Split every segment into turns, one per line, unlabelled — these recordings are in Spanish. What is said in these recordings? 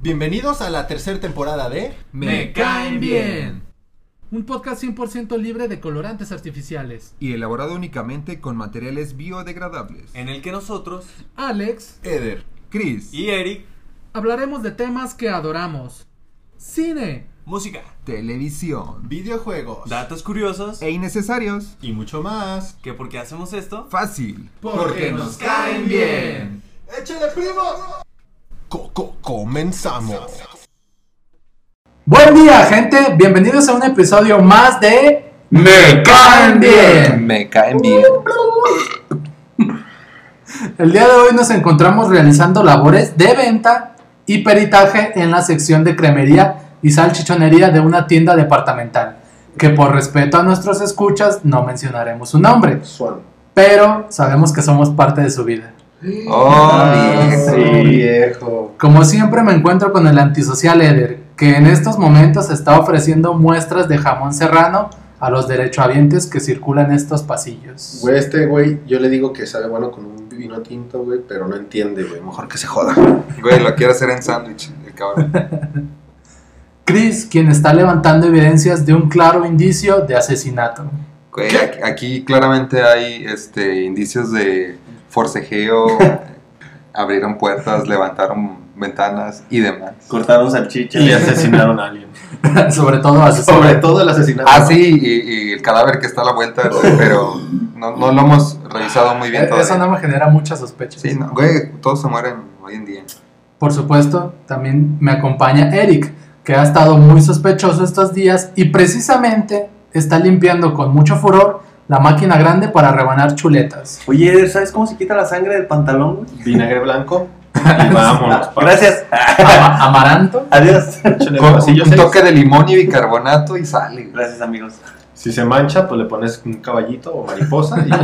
Bienvenidos a la tercera temporada de
Me caen bien. Un podcast 100% libre de colorantes artificiales.
y elaborado únicamente con materiales biodegradables.
en el que nosotros
Alex,
Eder.
Chris,
y Eric,
hablaremos de temas que adoramos. Cine,
música,
televisión
Videojuegos.
datos curiosos
e innecesarios.
Y mucho más.
que por qué hacemos esto.
Fácil.
Porque nos caen bien. ¡Échale, primo! comenzamos.
Buen día, gente. Bienvenidos a un episodio más de
Me
caen bien.
Me caen bien.
El día de hoy nos encontramos realizando labores de venta y peritaje en la sección de cremería y salchichonería de una tienda departamental, que por respeto a nuestros escuchas no mencionaremos su nombre, pero sabemos que somos parte de su vida.
Oh,
Ah,
viejo.
sí.
viejo.
Como siempre me encuentro con el antisocial Eder, que en estos momentos está ofreciendo muestras de jamón serrano a los derechohabientes que circulan estos pasillos.
Güey, este güey, yo le digo que sabe bueno con un vino tinto, güey, pero no entiende, güey. Mejor que se joda.
Güey, lo quiero hacer en sándwich, el cabrón.
Chris, quien está levantando evidencias de un claro indicio de asesinato.
Güey, aquí- aquí claramente hay este, indicios de forcejeo. abrieron puertas, levantaron ventanas y demás.
Cortaron salchicha y asesinaron a alguien.
Sobre todo asesinato.
Sobre todo el asesinato.
Ah, sí, y, y el cadáver que está a la vuelta, pero no, no lo hemos revisado muy bien
Eh, Eso
todavía.
no me genera muchas sospechas.
Sí, no, güey, todos se mueren hoy en día.
Por supuesto, también me acompaña Eric, que ha estado muy sospechoso estos días y precisamente está limpiando con mucho furor la máquina grande para rebanar chuletas.
Oye, Eder, ¿sabes cómo se quita la sangre del pantalón? güey?
Vinagre blanco. Ah.
Y
vámonos, pa.
Gracias.
Ama- Amaranto.
Adiós.
en el
Con
pasillo
un
seis.
toque de limón y bicarbonato y sale. güey.
Gracias, amigos.
Si se mancha, pues le pones un caballito o mariposa y ya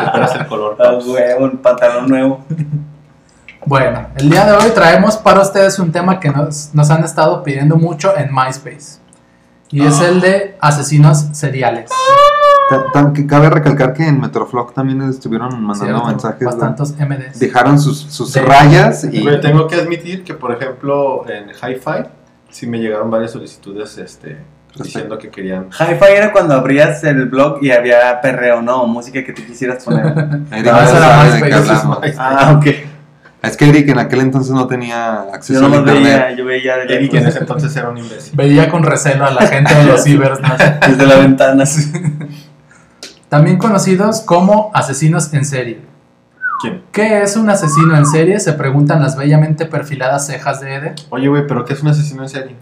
recuperas el color.
Ah, huevo, un pantalón nuevo.
Bueno, el día de hoy traemos para ustedes un tema que nos, nos han estado pidiendo mucho en MySpace. Y
Ah.
es el de asesinos seriales.
Ta- tam- que Cabe recalcar que en Metroflog también estuvieron mandando
¿cierto?
mensajes. güey.
Bastantes MDs.
Dejaron sus, sus
De-
rayas y
Güey, tengo que admitir que, por ejemplo, en Hi-Fi sí me llegaron varias solicitudes este, diciendo que querían.
Hi-Fi era cuando abrías el blog y había perreo, ¿no? O música que tú quisieras poner.
Eric
Ah,
no
esa era
sabe
más
de qué
feliz.
hablamos.
ah, ok.
Es que Eric en aquel entonces no tenía
Yo
acceso
no
al
los
internet.
veía, yo veía de
Eric en
lejos,
ese entonces era un imbécil.
Veía con recelo a la gente de los cibers. ¿no?
desde la ventana.
También conocidos como asesinos en serie.
¿Quién?
¿Qué es un asesino en serie? Se preguntan las bellamente perfiladas cejas de Ede.
Oye, güey, ¿pero qué es un asesino en serie?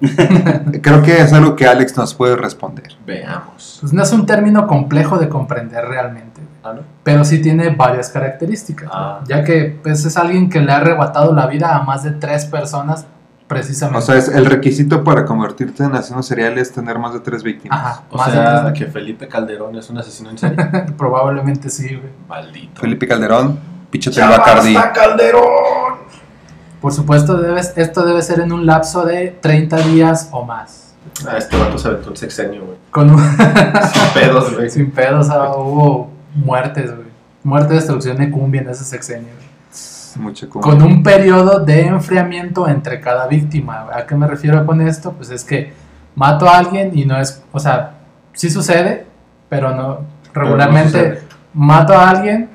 Creo que es algo que Alex nos puede responder.
Veamos.
Pues no es un término complejo de comprender realmente,
Ah, ¿no?
pero sí tiene varias características, ¿no?
Ah.
ya que pues, es alguien que le ha arrebatado la vida a más de tres personas precisamente.
O sea, es el requisito para convertirte en asesino serial es tener más de tres víctimas.
Ajá,
O
más de
sea,
tres,
que Felipe Calderón es un asesino en serie.
¿no? probablemente sí, güey.
Maldito.
Felipe Calderón, Pichotel Bacardi.
Calderón!
Por supuesto, debes, esto debe ser en un lapso de 30 días o más.
Ah, este vato se aventó un sexenio, güey.
Con un-
Sin pedos, güey.
Sin pedos, o sea, hubo muertes, güey. Muerte, destrucción de cumbia en ese sexenio. güey.
Mucho cum-
Con un periodo de enfriamiento entre cada víctima. ¿A qué me refiero con esto? Pues es que mato a alguien y no es. O sea, sí sucede, pero no. Regularmente
Pero no sucede.
mato a alguien.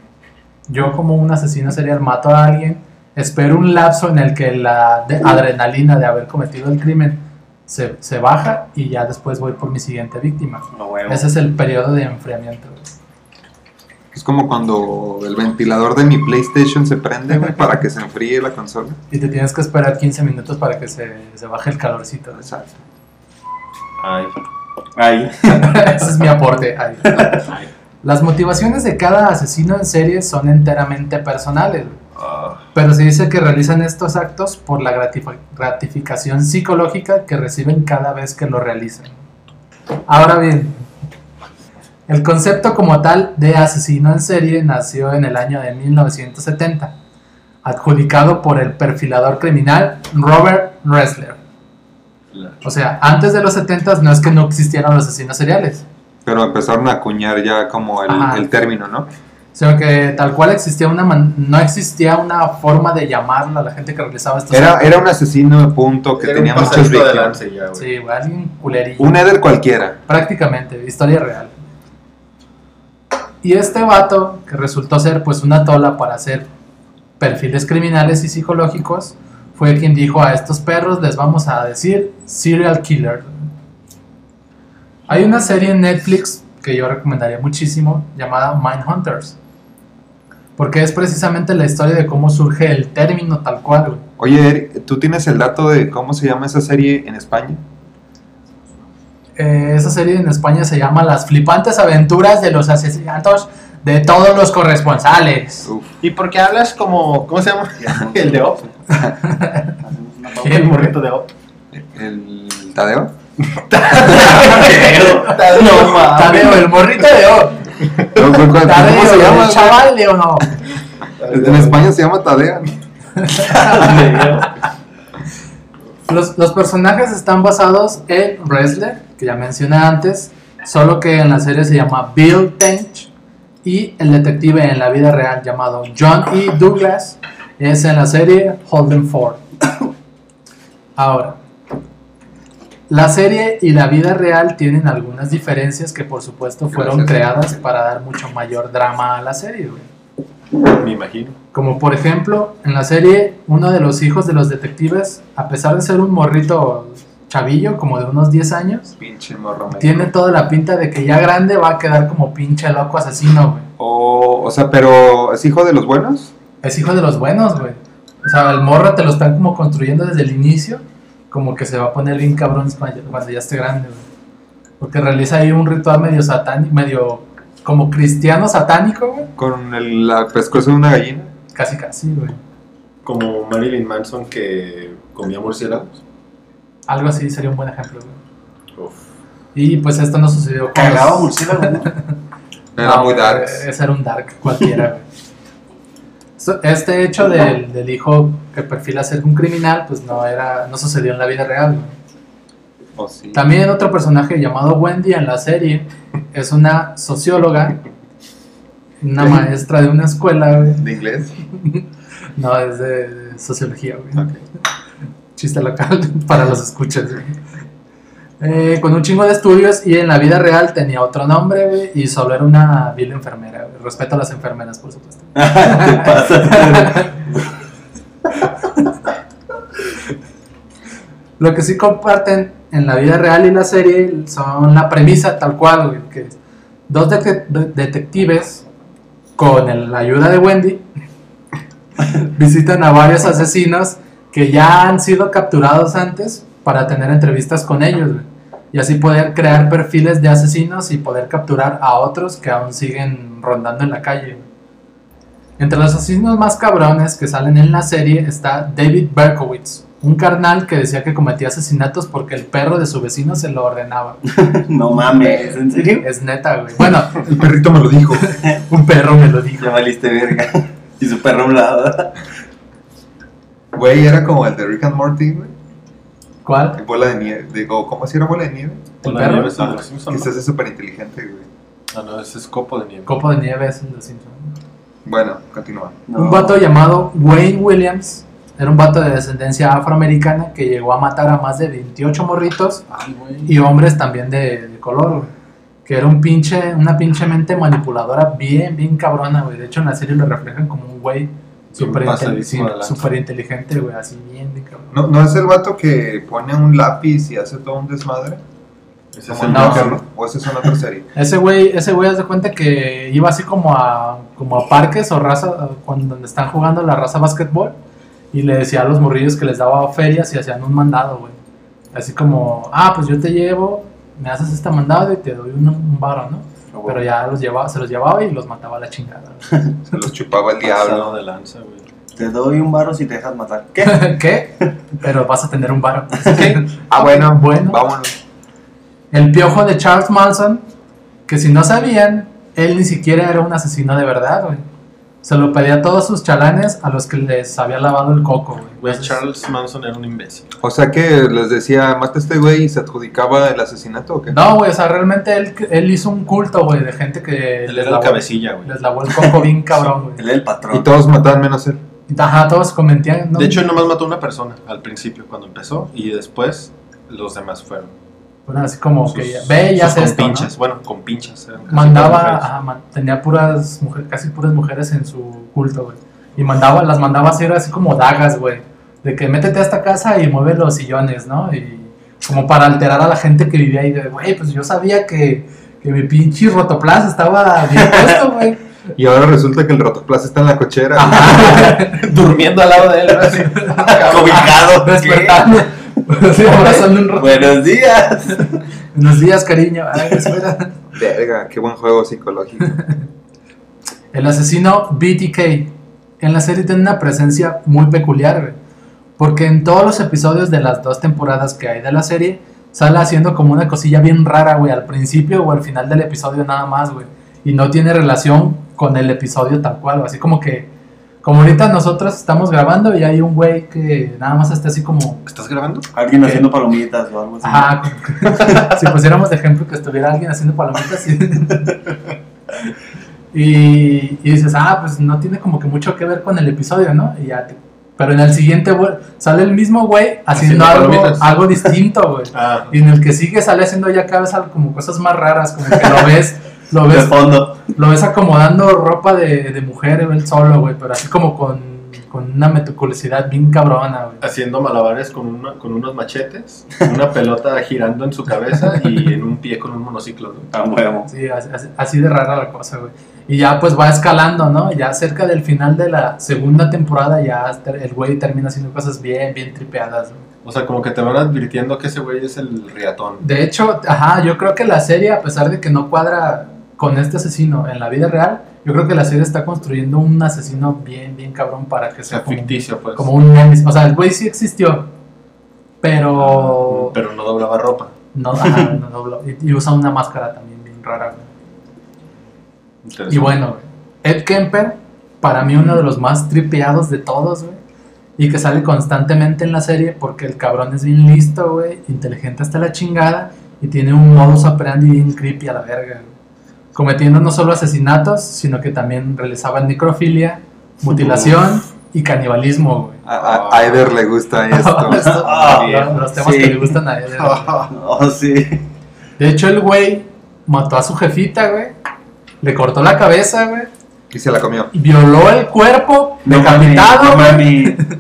Yo, como un asesino serial, mato a alguien. Espero un lapso en el que la de- adrenalina de haber cometido el crimen se, se baja y ya después voy por mi siguiente víctima.
No, huevo.
Ese es el periodo de enfriamiento. güey.
Es como cuando el ventilador de mi PlayStation se prende, güey, para que se enfríe la consola.
Y te tienes que esperar 15 minutos para que se, se baje el calorcito.
Exacto.
Ay,
Ahí.
Ese es mi aporte. ahí. Las motivaciones de cada asesino en serie son enteramente personales,
ah,
pero se dice que realizan estos actos por la gratifa- gratificación psicológica que reciben cada vez que lo realizan. Ahora bien, el concepto como tal de asesino en serie nació en el año de 1970, adjudicado por el perfilador criminal Robert Ressler.
la-
O sea, antes de los 70 no es que no existieran los asesinos seriales,
Pero empezaron a acuñar ya como el,
Ajá.
el término, ¿no?
Sino que tal cual existía una man- no existía una forma de llamarla a la gente que realizaba estos
Era,
actos.
era un asesino, punto, que
Era
tenía
un
muchas
pasadito de
víctimas.
lance ya, güey.
Sí, güey, alguien culerillo.
Un Eder cualquiera.
Prácticamente, historia real. Y este vato, que resultó ser pues una tola para hacer perfiles criminales y psicológicos, fue quien dijo a estos perros les vamos a decir serial killer. Hay una serie en Netflix que yo recomendaría muchísimo llamada Mindhunters. Porque es precisamente la historia de cómo surge el término tal cual, güey.
Oye, Eric, ¿tú tienes el dato de cómo se llama esa serie en España?
Eh, esa serie en España se llama Las flipantes aventuras de los asesinatos de todos los corresponsales.
Uf,
¿Y por qué hablas como, ¿cómo se llama? El de Op, el morrito de Op.
¿el Tadeo?
No
Tadeo, el morrito de O.
No, ¿cu- cu- ¿Cómo
Tadeo,
se llama?
el chaval de O no.
En España se llama Tadeo.
Los, los personajes están basados en Wrestler, que ya mencioné antes, solo que en la serie se llama Bill Tench y el detective en la vida real llamado John E. Douglas es en la serie Holden Ford. Ahora, la serie y la vida real tienen algunas diferencias que por supuesto fueron
Gracias.
creadas para dar mucho mayor drama a la serie. güey.
Me imagino.
Como por ejemplo, en la serie, uno de los hijos de los detectives, a pesar de ser un morrito chavillo, como de unos 10 años,
Pinche morro. me-
tiene toda la pinta de que ya grande va a quedar como pinche loco asesino, güey.
O, o sea, pero ¿es hijo de los buenos?
Es hijo de los buenos, güey. O sea, el morro te lo están como construyendo desde el inicio, como que se va a poner bien cabrón cuando ya- cuando ya esté grande, güey. Porque realiza ahí un ritual medio satánico, medio como cristiano satánico, güey.
Con el la pescuezo de una gallina.
Casi, casi, güey.
Como Marilyn Manson que comía murciélagos.
Algo así sería un buen ejemplo, güey.
Uf.
Y pues esto no sucedió con
Cagaba
los-
murciélago, ¿no?
Era
No,
muy dark.
Ese era un dark cualquiera, güey. So- Este hecho del, del hijo que perfila ser un criminal, pues no era, no sucedió en la vida real. güey.
Oh,
O sí.
También otro personaje llamado Wendy en la serie es una socióloga, una
Ok.
maestra de una escuela, güey.
¿De inglés?
no es de sociología, güey.
Ok.
Chiste local para los escuchas, güey. Eh, con un chingo de estudios y en la vida real tenía otro nombre güey, y solo era una vil enfermera. güey. Respeto a las enfermeras, por supuesto.
¿Qué pasa?
Lo que sí comparten en la vida real y la serie son la premisa tal cual, güey, que es dos dete- de- detectives con el- la ayuda de Wendy visitan a varios asesinos que ya han sido capturados antes para tener entrevistas con ellos güey, y así poder crear perfiles de asesinos y poder capturar a otros que aún siguen rondando en la calle. güey. Entre los asesinos más cabrones que salen en la serie está David Berkowitz, un carnal que decía que cometía asesinatos porque el perro de su vecino se lo ordenaba.
No mames, ¿en serio?
Es neta, güey. Bueno,
El perrito me lo dijo.
un perro me lo dijo.
Ya valiste verga. Y su perro a un lado.
Güey, era como el de Rick and Morty, güey.
¿Cuál?
Bola de nieve. Digo, ¿cómo si era bola de nieve?
¿El
Hola,
perro?
nieve, sí, los Simpson,
Que
¿no?
se hace súper inteligente, güey.
Ah, no, ese Ah, es copo de nieve.
Copo de nieve es el de Simpson.
Bueno, continúa.
No.
Un vato llamado Wayne Williams era un vato de descendencia afroamericana que llegó a matar a más de 28 morritos y hombres también de, de color, güey. Que era un pinche, una pinche mente manipuladora bien, bien cabrona, güey. De hecho, en la serie lo reflejan como un güey súper
pasadísimo de lanza.
inteligente, güey. Así bien, bien cabrón.
¿No, ¿No es el vato que pone un lápiz y hace todo un desmadre?
Ese es
Como
el
en
no.
Joker,
Joker, ¿O esa es una otra serie?
Ese güey, ese güey, haz de cuenta que iba así como a, como a parques o raza, cuando donde están jugando la raza básquetbol, y le decía a los morrillos que les daba ferias y hacían un mandado, güey. Así como, ah, pues yo te llevo, me haces este mandado y te doy un, un varo, ¿no?
Ah, güey.
Pero ya los llevaba, se los llevaba y los mataba a la chingada. güey.
Se los chupaba el diablo.
Pasado de lanza, güey.
Te doy un barro si te dejas matar. ¿Qué?
¿Qué? Pero vas a tener un varo.
Ah, bueno,
Bueno.
vámonos.
El piojo de Charles Manson, que si no sabían, él ni siquiera era un asesino de verdad, güey. Se lo pedía a todos sus chalanes a los que les había lavado el coco, güey.
Güey,
Entonces,
Charles Manson era un imbécil.
O sea que les decía, mata a este güey y se adjudicaba el asesinato o qué?
No, güey, o sea, realmente él, él hizo un culto, güey, de gente que
Él
les
era el
lavó,
cabecilla, güey.
les lavó el coco bien cabrón, güey.
Él es el patrón.
Y todos mataban menos él.
Ajá, todos comentían. ¿no?
De hecho, él nomás mató a una persona al principio cuando empezó y después los demás fueron.
Bueno, así como que
Sus-
ve, ya
sus
se esto, ¿no?
compinches, bueno, con pinchas.
mandaba, ajá, man- tenía puras mujeres, casi puras mujeres en su culto, güey. Y mandaba, las mandaba a hacer así como dagas, güey. De que métete a esta casa y mueve los sillones, ¿no? Y como para alterar a la gente que vivía ahí, de, güey, pues yo sabía que, que mi pinche rotoplas estaba bien puesto, güey.
Y ahora resulta que el Rotoplas está en la cochera.
Ah.
durmiendo al lado de él, ¿no? Así,
Cobijado.
Despertando. Sí, abrazando un
¿Qué?
rato.
Buenos días.
Buenos días, cariño. Ay, espera.
Verga, qué buen juego psicológico.
El asesino BTK en la serie tiene una presencia muy peculiar, güey, Porque en todos los episodios de las dos temporadas que hay de la serie, sale haciendo como una cosilla bien rara, güey, al principio o al final del episodio nada más, güey. Y no tiene relación con el episodio tal cual, güey, así como que... Como ahorita nosotros estamos grabando y hay un güey que nada más está así como...
¿Estás grabando?
Alguien haciendo palomitas o algo así.
Ajá, como- si pusiéramos de ejemplo que estuviera alguien haciendo palomitas y, y, y dices, ah, pues no tiene como que mucho que ver con el episodio, ¿no? Y ya te- pero en el siguiente güey, sale el mismo güey haciendo
Haciendo
algo,
palomitas.
algo distinto, güey.
Ah,
Y en el que sigue sale haciendo ya cada vez algo- como cosas más raras, como que lo ves, lo
De
ves,
fondo.
lo ves acomodando ropa de, de mujer, él solo, güey, pero así como con, con una meticulosidad bien cabrona, güey.
haciendo malabares con, una- con unos machetes, una pelota girando en su cabeza y en un pie con un monociclo. ¿no?
A huevo.
Sí, así, así- así de rara la cosa, güey. Y ya pues va escalando, ¿no? Ya cerca del final de la segunda temporada ya hasta el güey termina haciendo cosas bien, bien tripeadas. güey.
O sea, como que te van advirtiendo que ese güey es el riatón.
De hecho, ajá, yo creo que la serie, a pesar de que no cuadra con este asesino en la vida real, yo creo que la serie está construyendo un asesino bien, bien cabrón para que
O sea,
sea como,
ficticio, pues.
como un nemesis. O sea, el güey sí existió, pero...
Mm, Pero Ah, no doblaba ropa.
No, ajá, no dobló. Y, y usa una máscara también bien rara, güey.
Interesante.
Y bueno, güey, Ed Kemper, para mí uno de los más tripeados de todos, güey. Y que sale constantemente en la serie porque el cabrón es bien listo, güey. Inteligente hasta la chingada. Y tiene un modus operandi bien creepy a la verga, güey. Cometiendo no solo asesinatos, sino que también realizaba necrofilia, mutilación y canibalismo, güey.
A,
Ah,
a- a Eder le gusta esto.
Los-
Ah,
los, temas
sí.
que le gustan a él. güey.
Ah,
Oh, sí.
De hecho, el güey mató a su jefita, güey. Le cortó la cabeza, güey.
Y se la comió.
Violó el cuerpo,
No
decapitado,
mames,
güey.
No mames.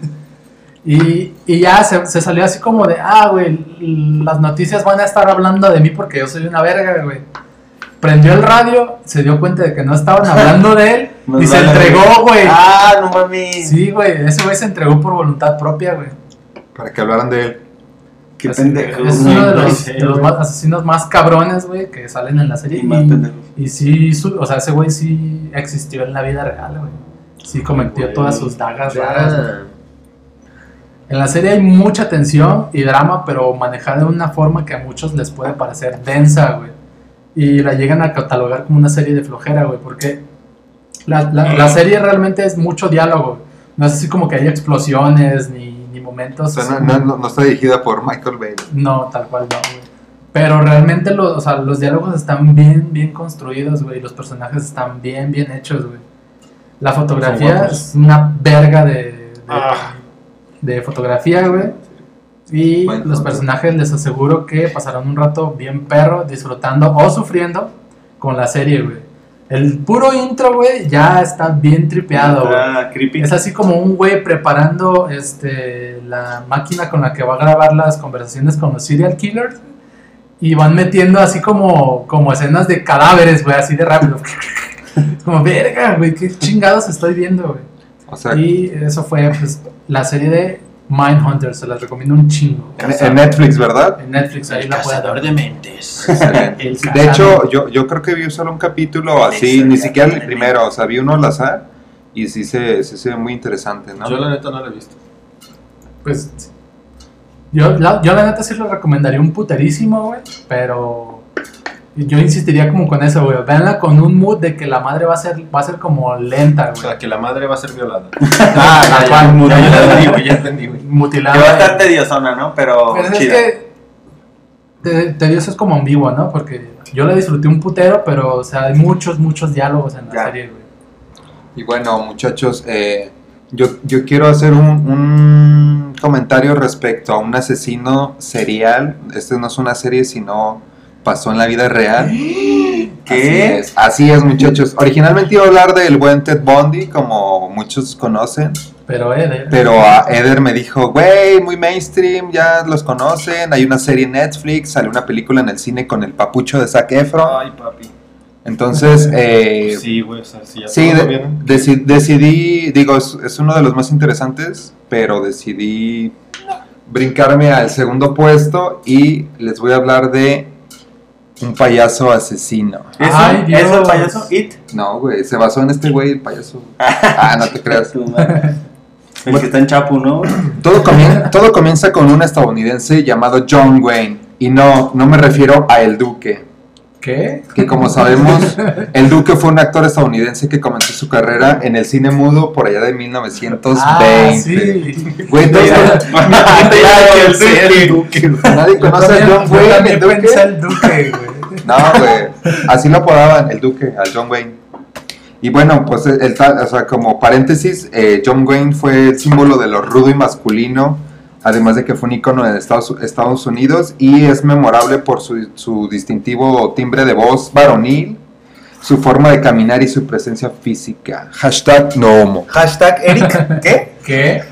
Y, y ya se, se salió así como de, ah, güey, las noticias van a estar hablando de mí porque yo soy una verga, güey. Prendió el radio, se dio cuenta de que no estaban hablando de él
Nos
y se
vale,
entregó, güey.
Ah, no mames.
Sí, güey, ese güey se entregó por voluntad propia, güey.
Para que hablaran de él.
Qué
Así
pendejo.
que Es
güey.
uno de
no
los,
sé,
de los
güey.
más- asesinos más cabrones, güey, que salen en la serie.
Y más
Y,
pendejos.
y sí, su- o sea, ese güey sí existió en la vida real, güey. Sí cometió
Güey.
todas sus dagas
Ya.
raras, güey. En la serie hay mucha tensión y drama, pero manejada de una forma que a muchos les puede parecer densa, güey. Y la llegan a catalogar como una serie de flojera, güey, porque la, la- la serie realmente es mucho diálogo. güey. No es así como que hay explosiones ni, ni
O
momentos.
sea, no,
así-
no- no- no está dirigida por Michael Bay.
no, tal cual no, güey. Pero realmente los, o sea, los diálogos están bien, bien construidos, güey. y Los personajes están bien, bien hechos, güey. La fotografía
guapos.
es una verga de, de,
Ah.
de fotografía, güey. Y
Bueno,
los
ok.
personajes les aseguro que pasaron un rato bien perro, disfrutando o sufriendo con la serie, güey. El puro intro, güey, ya está bien tripeado, güey.
Ah, creepy.
Es así como un güey preparando este, la máquina con la que va a grabar las conversaciones con los serial killers. Y van metiendo así como, como escenas de cadáveres, güey, así de rápido. Es como, verga, güey, qué chingados estoy viendo, güey.
O sea, en,
Y eso fue pues, la serie de Mindhunter. Se las recomiendo un chingo.
en Netflix, ¿verdad?
En Netflix, ahí la pueden ver.
mentes.
Excelente.
El
De hecho,
cazador.
yo, yo creo que vi solo un capítulo así, ni siquiera el primero, o sea, vi uno al azar y sí se, sí se ve muy interesante, ¿no?
Yo la neta no lo he visto.
pues yo la, yo la neta sí lo recomendaría un puterísimo, güey, pero Yo insistiría como con eso, güey. Veanla con un mood de que la madre va a ser, va a ser como lenta,
O
güey.
sea, que la madre va a ser violada.
Ah,
Ah,
tal cual,
ya,
mutilada.
ya, ya entendí, güey, ya entendí, güey.
Que va a
Mutilada.
estar tediosona, ¿no? Pero
Pero es
chida.
que te, te digo, eso es como ambiguo, ¿no? Porque yo la disfruté un putero, pero, o sea, hay muchos, muchos diálogos en la
Ya.
serie, güey.
Y bueno, muchachos, eh, yo, yo quiero hacer un, un comentario respecto a un asesino serial. Este no es una serie, sino pasó en la vida real. Así
¿Qué?
es, así es, muchachos. Originalmente iba a hablar del buen Ted Bundy, como muchos conocen.
Pero, eh, de-
Pero a Eder me dijo, güey, muy mainstream, ya los conocen. Hay una serie en Netflix, salió una película en el cine con el papucho de Zac Efron.
Ay, papi.
Entonces, eh,
Sí, güey, o sea, sí, ya
Sí,
todos lo
de-
vieron.
deci- decidí, digo, es, es uno de los más interesantes, pero decidí brincarme al segundo puesto y les voy a hablar de un payaso asesino.
¿Eso?
Ay, Dios.
¿Eso, payaso? ¿It?
No, güey, se basó en este güey, el payaso. Ah, no te creas.
Tu madre. El que está en Chapu, ¿no?
Todo, comien- todo comienza con un estadounidense llamado John Wayne. Y no, no me refiero a El Duque.
¿Qué?
que como sabemos, el Duque fue un actor estadounidense que comenzó su carrera en el cine mudo por allá de 1920.
Ah, sí.
Güey, todos- Nadie
Yo
conoce a
también-
John
yo
Wayne,
también
el Duque.
pensé el Duque, güey.
No, güey. Así lo apodaban, el Duque, al John Wayne. Y bueno, pues el tal, o sea, como paréntesis, eh, John Wayne fue el símbolo de lo rudo y masculino, además de que fue un ícono de Estados, Estados Unidos y es memorable por su, su distintivo timbre de voz varonil, su forma de caminar y su presencia física. Hashtag no homo.
Hashtag Eric. ¿Qué?
¿Qué?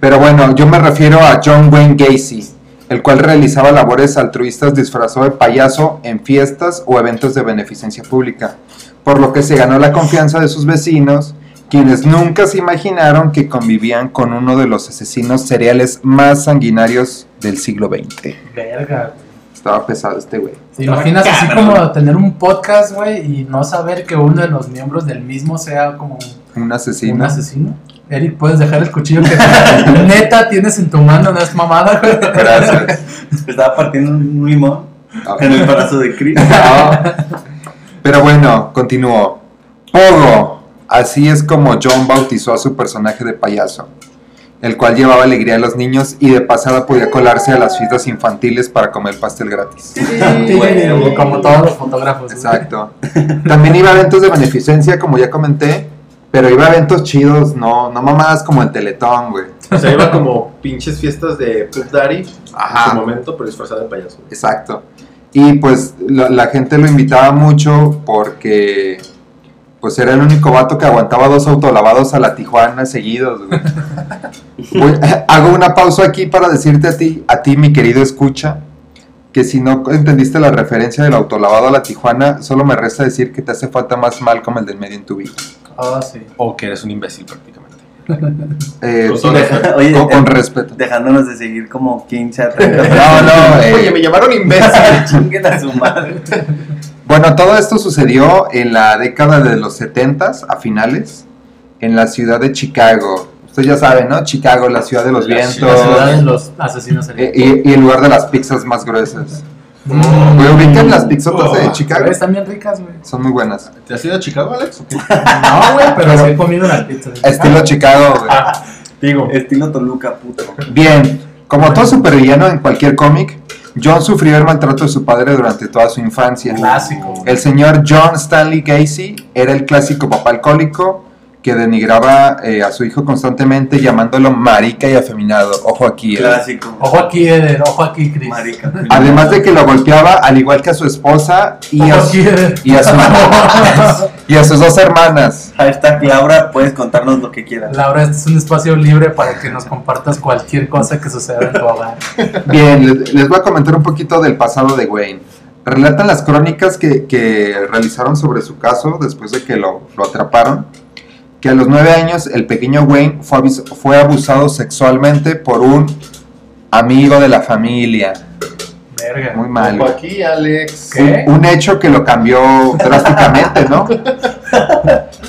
Pero bueno, yo me refiero a John Wayne Gacy, el cual realizaba labores altruistas disfrazado de payaso en fiestas o eventos de beneficencia pública, por lo que se ganó la confianza de sus vecinos, quienes nunca se imaginaron que convivían con uno de los asesinos seriales más sanguinarios del siglo XX.
Verga, güey.
Estaba pesado este güey.
¿Te imaginas así como tener un podcast, güey, y no saber que uno de los miembros del mismo sea como
Un asesino.
un asesino? Eric, puedes dejar el cuchillo que neta tienes en tu mano, no es mamada, güey.
Gracias.
Estaba partiendo un limón en el brazo de Chris.
No. Pero bueno, continuó. Pogo. Así es como John bautizó a su personaje de payaso, el cual llevaba alegría a los niños y de pasada podía colarse a las fiestas infantiles para comer pastel gratis.
Huevo.
como todos los fotógrafos. güey.
Exacto. También iba a eventos de beneficencia, como ya comenté, pero iba a eventos chidos, no, no mamadas como el Teletón, güey.
O sea, iba como pinches fiestas de Puff Daddy en su
Ajá.
momento, pero disfrazada de payaso. güey.
Exacto. Y pues la, la gente lo invitaba mucho porque pues era el único vato que aguantaba dos autolavados a la Tijuana seguidos, güey. Voy- hago una pausa aquí para decirte a ti, a ti mi querido escucha, que si no entendiste la referencia del autolavado a la Tijuana, solo me resta decir que te hace falta más mal como el del medio en tu vida.
Ah, sí.
O que eres un imbécil prácticamente.
Eh,
Con
sí,
todo respeto.
Oye,
con, con
eh,
respeto.
dejándonos de seguir como 15 a 30
No, no, eh,
Oye, me llamaron imbécil.
Chinguen a su madre.
Bueno, todo esto sucedió en la década de los 70 a finales, en la ciudad de Chicago. Ustedes ya saben, ¿no? Chicago, la ciudad de los
La
vientos.
La ciudad de los asesinos. Eric.
eh, Y, y el lugar de las pizzas más gruesas.
Mm.
¿Me ubican las pizzotas de
Güey,
pues, Chicago?
Están bien ricas, güey.
Son muy buenas.
¿Te has ido a Chicago, Alex? o qué?
No, güey, pero sí he comido las pizzas.
Estilo Chicago, güey.
Digo,
Estilo Toluca, puto.
Bien, como todo supervillano en cualquier cómic, John sufrió el maltrato de su padre durante toda su infancia.
Clásico. güey.
El señor John Stanley Casey era el clásico papá alcohólico que denigraba eh, a su hijo constantemente llamándolo marica y afeminado. Ojo aquí. eh.
Clásico.
Ojo aquí, Eder, ojo aquí, Chris.
Marica.
Además de que lo golpeaba al igual que a su esposa y a,
Ojo
su-
aquí, Eder.
y a sus, y a sus dos hermanas.
Hashtag Laura, puedes contarnos lo que quieras.
Laura, este es un espacio libre para que nos compartas cualquier cosa que suceda en tu hogar.
Bien, les, les voy a comentar un poquito del pasado de Wayne. Relatan las crónicas que, que realizaron sobre su caso después de que lo, lo atraparon, que a los nueve años el pequeño Wayne fue, abus- fue abusado sexualmente por un amigo de la familia.
Verga.
Muy
ojo
mal.
aquí, Alex.
¿Qué?
Un hecho que lo cambió drásticamente, ¿no?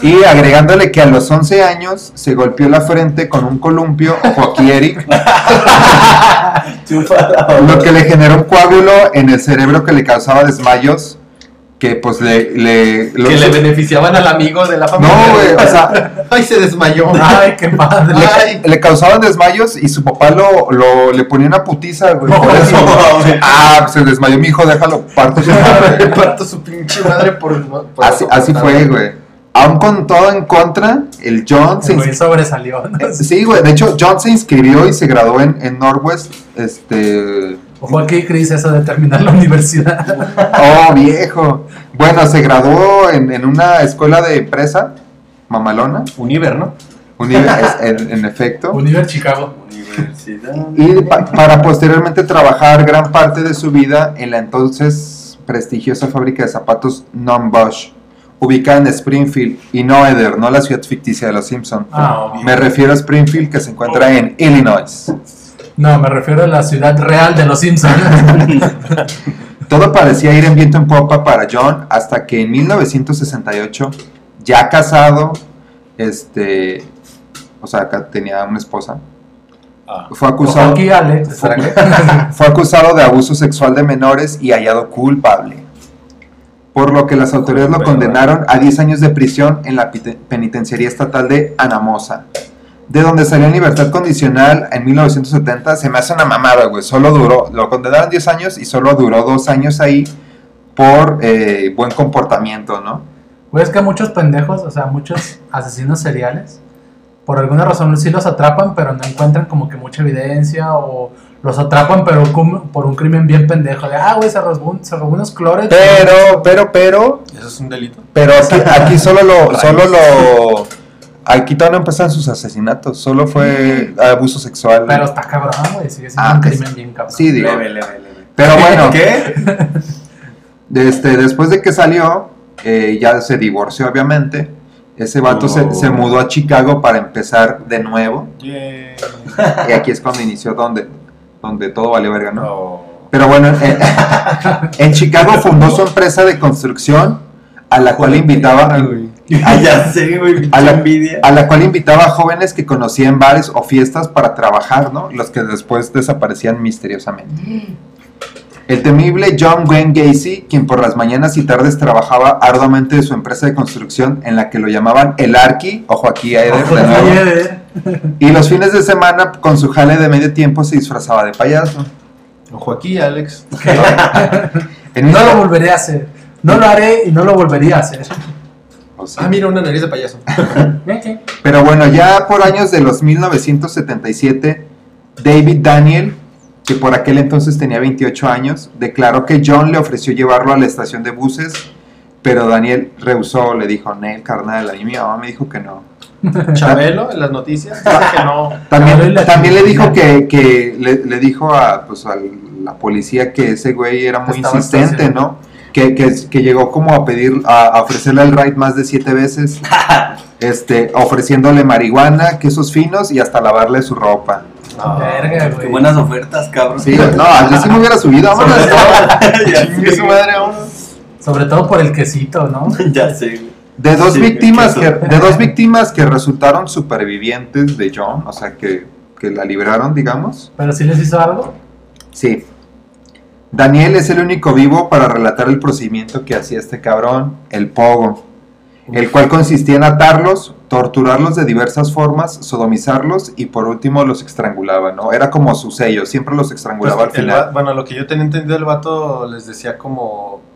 Y agregándole que a los 11 años se golpeó la frente con un columpio, Joaquín Eric,
Chúpala.
lo que le generó un coágulo en el cerebro que le causaba desmayos, que pues le... le lo-
Que le beneficiaban al amigo de la familia.
no, güey, o sea,
Ay, se desmayó. Ah,
Ay, qué padre.
le,
Ay.
le causaban desmayos y su papá lo, lo- le ponía una putiza, güey. Por eso, ah, se desmayó mi hijo, déjalo, parto su madre.
Le parto su pinche madre por. por-
Así,
por-
así fue, güey. Aún con todo en contra, el John se
El güey
inscribió.
sobresalió. ¿no?
Sí, güey. De hecho, John se inscribió y se graduó en, en Northwest. Este.
Ojo aquí, Chris, eso de terminar la universidad.
Oh, viejo. Bueno, se graduó en, en una escuela de empresa, mamalona,
Univer, ¿no?
Unive- es- en, en efecto.
Univer Chicago.
Universidad.
Y pa- para posteriormente trabajar gran parte de su vida en la entonces prestigiosa fábrica de zapatos Non-Bosch, ubicada en Springfield y no Eder, no la ciudad ficticia de los Simpson.
Ah, obvio.
Me refiero a Springfield que se encuentra en Illinois.
No, me refiero a la ciudad real de los Simpsons.
Todo parecía ir en viento en popa para John hasta que en 1968, ya casado, este, o sea, acá tenía una esposa,
Ah.
fue
Ojo
acusado,
aquí, Alex. ¿será que-
fue acusado de abuso sexual de menores y hallado culpable. Por lo que las autoridades lo
Culpable.
condenaron a 10 años de prisión en la pite- penitenciaría estatal de Anamosa, de donde salió en libertad condicional en 1970. Se me hace una mamada, güey. Solo duró, lo condenaron 10 años y solo duró 2 años ahí por eh, buen comportamiento, ¿no?
Güey, es que muchos pendejos, o sea, muchos asesinos seriales, por alguna razón sí los atrapan, pero no encuentran como que mucha evidencia o los atrapan, pero cum- por un crimen bien pendejo. De, ah, güey, se robó, un- se robó unos clores.
Pero, pero, pero,
Eso es un delito.
Pero aquí, aquí solo lo, solo lo, aquí todavía no empezaron sus asesinatos, solo fue abuso sexual.
Pero está cabrón, güey, sigue siendo
Ah,
un
que
crimen
sí.
bien cabrón.
sí, digo.
Leve, leve, leve.
Pero bueno,
¿Qué?
este, después de que salió, eh, ya se divorció obviamente. Ese vato se,
Oh.
se mudó a Chicago para empezar de nuevo.
Yeah.
Y aquí es cuando inició donde, donde todo vale verga,
Oh.
¿no?
No.
Pero bueno, en, en Chicago fundó su empresa de construcción a la cual invitaba,
Ah, ya sé, güey.
A
pinche
la-
envidia.
a la cual invitaba a jóvenes que conocía en bares o fiestas para trabajar, ¿no? Los que después desaparecían misteriosamente. El temible John Wayne Gacy, quien por las mañanas y tardes trabajaba arduamente de su empresa de construcción en la que lo llamaban el Arqui, ojo aquí a Eder,
Ojo,
de
no
nuevo,
lleve.
y los fines de semana con su jale de medio tiempo se disfrazaba de payaso.
Ojo aquí, Alex.
En
No lo
una-
volveré a hacer. No lo haré y no lo volvería a hacer.
o sea,
Ah, mira, una nariz de payaso.
Pero bueno, ya por años de los 1977, David Daniel, que por aquel entonces tenía 28 años, declaró que John le ofreció llevarlo a la estación de buses, pero Daniel rehusó, le dijo, Nel, carnal, a mí mi mamá me dijo que no.
Chabelo en las noticias. Dice que no.
Claro, y
También,
la
también le
chingada.
dijo que, que le, le dijo a, pues, a la policía que ese güey era muy
Estaba
insistente,
estacionado.
¿no? Que, que- que llegó como a pedir, a, a ofrecerle el ride más de siete veces, este, ofreciéndole marihuana, quesos finos y hasta lavarle su ropa.
Ah,
Verga,
Qué
güey.
buenas ofertas, cabrón.
Sí, no, yo sí me hubiera subido, vámonos.
ya
Chingue
sé,
su madre aún.
Sobre todo por el quesito, ¿no?
güey. Ya sé, güey.
De dos
Sí,
víctimas que,
queso.
de dos víctimas que resultaron supervivientes de John, o sea que, que la libraron, digamos.
Pero si les hizo algo.
Sí. Daniel es el único vivo para relatar el procedimiento que hacía este cabrón, el pogo, el cual consistía en atarlos, torturarlos de diversas formas, sodomizarlos y por último los estrangulaba, ¿no? Era como su sello, siempre los
Pues,
estrangulaba al
el va-
final.
bueno, lo que yo tenía entendido, el vato les decía como.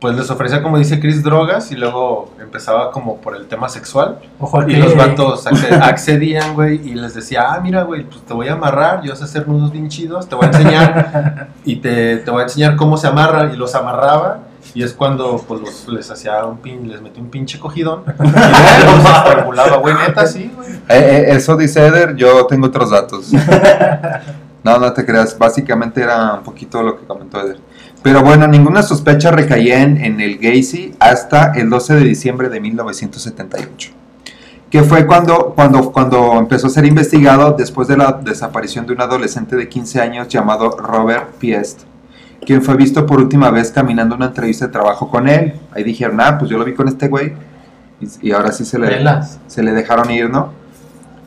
Pues les ofrecía, como dice Chris, drogas y luego empezaba como por el tema sexual.
Ojo aquí.
Y los vatos acce- accedían, güey, y les decía, ah, mira, güey, pues te voy a amarrar, yo sé hacer nudos bien chidos, te voy a enseñar, y te, te voy a enseñar cómo se amarra, y los amarraba, y es cuando, pues, los- les hacía un pin, les metí un pinche cogidón, y luego los estrangulaba, güey, neta, sí, güey.
Eh, eh, eso dice Eder, yo tengo otros datos. No, no te creas, básicamente era un poquito lo que comentó Eder. Pero bueno, ninguna sospecha recaía en, en el Gacy hasta el 12 de diciembre de 1978, que fue cuando, cuando, cuando empezó a ser investigado después de la desaparición de un adolescente de 15 años llamado Robert Piest, quien fue visto por última vez caminando una entrevista de trabajo con él. Ahí dijeron, ah, pues yo lo vi con este güey, y, y ahora sí se le
Velas.
se le dejaron ir, ¿no?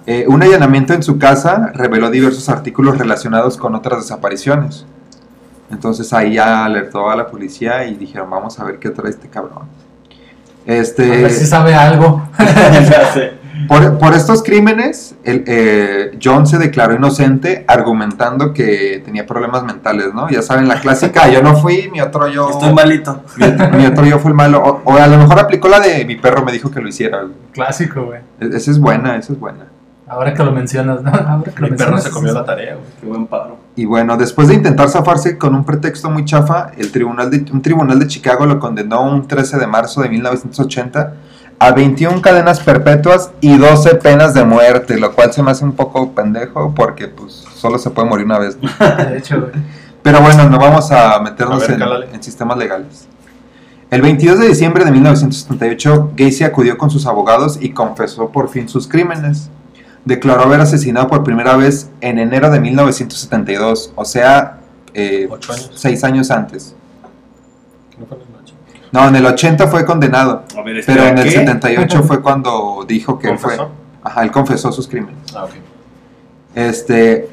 Eh, un allanamiento en su casa reveló diversos artículos relacionados con otras desapariciones. Entonces ahí ya alertó a la policía y dijeron, vamos a ver qué trae este cabrón. Este,
A ver si sabe algo.
Ya sé.
por, por estos crímenes, el, eh, John se declaró inocente argumentando que tenía problemas mentales, ¿no? Ya saben, la clásica, yo no fui, mi otro yo...
Estoy malito.
Mi, otro- mi otro yo fue el malo. O, o a lo mejor aplicó la de mi perro me dijo que lo hiciera. güey.
Clásico, güey.
E- Esa es buena, esa es buena.
Ahora que lo mencionas, ¿no? Ahora que lo
Mi perro
mencionas,
se comió la tarea, güey.
Qué buen paro.
Y bueno, después de intentar zafarse con un pretexto muy chafa, el tribunal de, un tribunal de Chicago lo condenó un 13 de marzo de 1980 a 21 cadenas perpetuas y 12 penas de muerte, lo cual se me hace un poco pendejo porque pues solo se puede morir una vez. ¿no?
De hecho, güey.
Pero bueno, no vamos a meternos
A ver,
en-
cálale.
en, sistemas legales. El 22 de diciembre de 1978, Gacy acudió con sus abogados y confesó por fin sus crímenes. Declaró haber asesinado por primera vez en enero de 1972, o sea, eh,
Ocho años.
seis años antes.
No fue en la noche.
No, en el 80 fue condenado,
A ver,
pero
espera,
en el
¿qué?
78 fue cuando dijo que él fue.
¿este ¿Confesó?
Ajá, él confesó sus crímenes.
Ah, ok.
Este,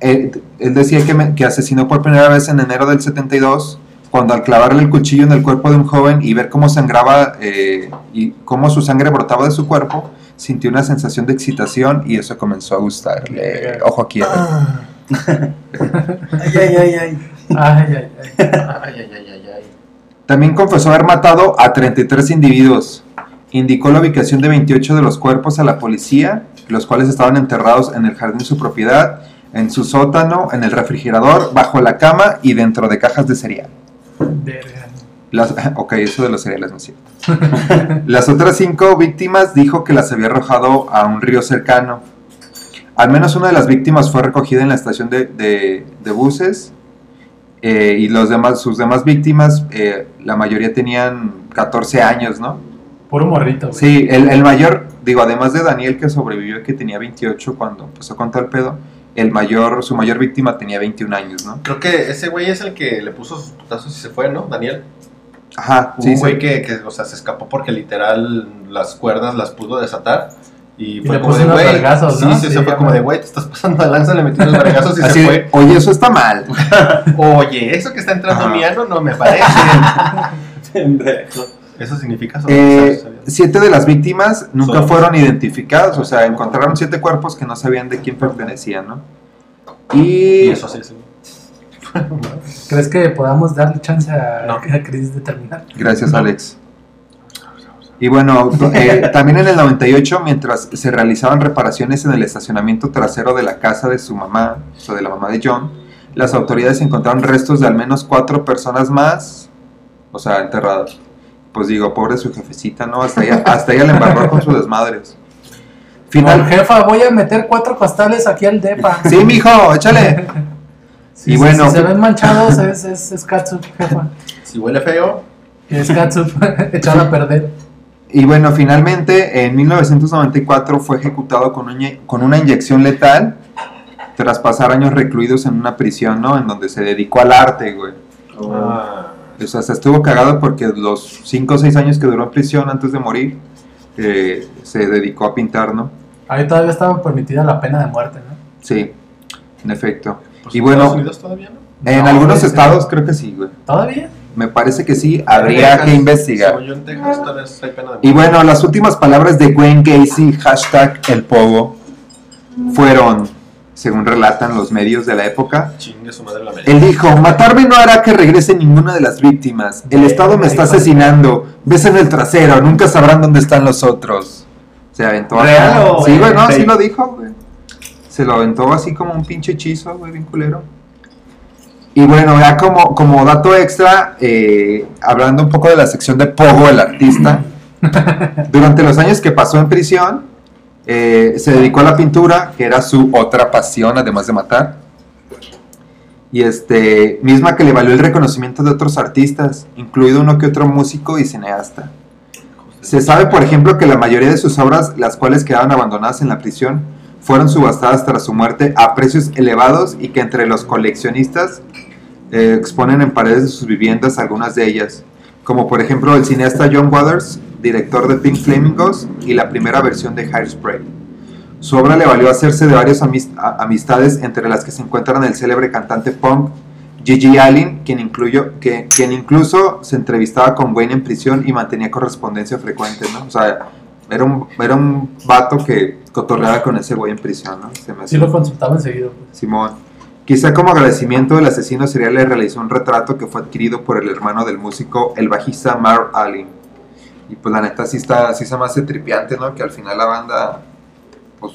él, él decía que, me- que asesinó por primera vez en enero del 72, cuando al clavarle el cuchillo en el cuerpo de un joven y ver cómo sangraba eh, y cómo su sangre brotaba de su cuerpo, sintió una sensación de excitación y eso comenzó a gustarle. Ojo aquí. eh.
Ay, ay, ay, ay.
Ay, ay, ay.
Ay, ay, ay, ay, ay.
También confesó haber matado a 33 individuos. Indicó la ubicación de 28 de los cuerpos a la policía, los cuales estaban enterrados en el jardín de su propiedad, en su sótano, en el refrigerador, bajo la cama y dentro de cajas de cereal.
Verga.
Las, ok, eso de los cereales no es cierto. las otras cinco víctimas dijo que las había arrojado a un río cercano. Al menos una de las víctimas fue recogida en la estación de, de- de buses eh, y los demás, sus demás víctimas, eh, la mayoría tenían 14 años, ¿no?
Puro morrito, güey.
Sí, el, el mayor, digo, además de Daniel que sobrevivió y que tenía 28 cuando empezó con tal pedo, el mayor, su mayor víctima tenía 21 años, ¿no?
Creo que ese güey es el que le puso sus putazos y se fue, ¿no? Daniel.
Ajá,
Hubo
sí,
un
sí.
güey que, que, o sea, se escapó porque literal las cuerdas las pudo desatar. Y, fue
le
como
puso
de
unos
güey.
vergazos,
sí,
¿no?
sí, o
Sí,
sea, fue
ya
como
me-
de güey, te estás pasando de lanza, le metí unos vergazos y
Así,
se
de,
fue.
oye, eso está mal.
Oye, eso que está entrando
Ajá.
mi ano no me parece.
Pendejo.
eso significa
Eh,
sobrepasar, ¿sabías?
siete de las víctimas nunca
Solo.
fueron identificadas, o sea, encontraron siete cuerpos que no sabían de quién pertenecían, ¿no? Y,
Y eso sí, sí.
¿Crees que podamos darle chance a,
No.
a Chris de terminar?
Gracias, Alex. Y bueno, eh, también en el 98, mientras se realizaban reparaciones en el estacionamiento trasero de la casa de su mamá, o sea, de la mamá de John, las autoridades encontraron restos de al menos cuatro personas más, o sea, enterradas. Pues digo, pobre su jefecita, ¿no? Hasta ella, hasta ella le embarró con sus desmadres.
Final,
Final,
jefa, voy a meter cuatro costales aquí al depa.
Sí, mijo, échale.
Sí,
y
sí,
bueno.
Si se ven manchados, es, es, es catsup, jefa.
Si huele feo,
Es catsup echada a perder.
Y bueno, finalmente en 1994 fue ejecutado con, un inye- con una inyección letal tras pasar años recluidos en una prisión, ¿no? En donde se dedicó al arte, güey.
ah,
O sea, se estuvo cagado porque los 5 o 6 años que duró en prisión antes de morir, eh, se dedicó a pintar, ¿no?
Ahí todavía estaba permitida la pena de muerte, ¿no?
Sí, en efecto.
pues,
Y bueno-
Estados Unidos todavía no?
En
No,
algunos
güey,
estados creo que sí, güey.
¿Todavía?
Me parece que sí, habría
Texas,
que investigar.
según yo en Texas todavía hay pena de
Y
muerte.
bueno, las últimas palabras de Gwen Casey, hashtag el pogo, fueron, según relatan los medios de la época,
Chingue su madre la América.
él dijo, matarme no hará que regrese ninguna de las víctimas, el Estado me está asesinando, besen el trasero, nunca sabrán dónde están los otros. Se aventó acá.
¿Real o
Sí, güey, no,
fake?
sí lo dijo, güey. Se lo aventó así como un pinche hechizo, güey, bien culero. Y bueno, ya como, como dato extra, eh, hablando un poco de la sección de Pogo, el artista, durante los años que pasó en prisión, eh, se dedicó a la pintura, que era su otra pasión, además de matar. Y este, misma que le valió el reconocimiento de otros artistas, incluido uno que otro músico y cineasta. Se sabe, por ejemplo, que la mayoría de sus obras, las cuales quedaron abandonadas en la prisión, fueron subastadas tras su muerte a precios elevados y que entre los coleccionistas eh, exponen en paredes de sus viviendas algunas de ellas, como por ejemplo el cineasta John Waters, director de Pink Flamingos y la primera versión de Hairspray. Su obra le valió hacerse de varias amis- a- amistades entre las que se encuentran el célebre cantante punk Gigi Allen, quien, incluyo, que, quien incluso se entrevistaba con Wayne en prisión y mantenía correspondencia frecuente, ¿no? O sea, era un, era un vato que cotorreaba con ese güey en prisión, ¿no? Se me
Sí
hace-
lo consultaban seguido. pues.
Simón. Quizá como agradecimiento el asesino serial le realizó un retrato que fue adquirido por el hermano del músico, el bajista Marv Allen. Y pues la neta sí está, sí se me hace tripiante, ¿no? Que al final la banda, pues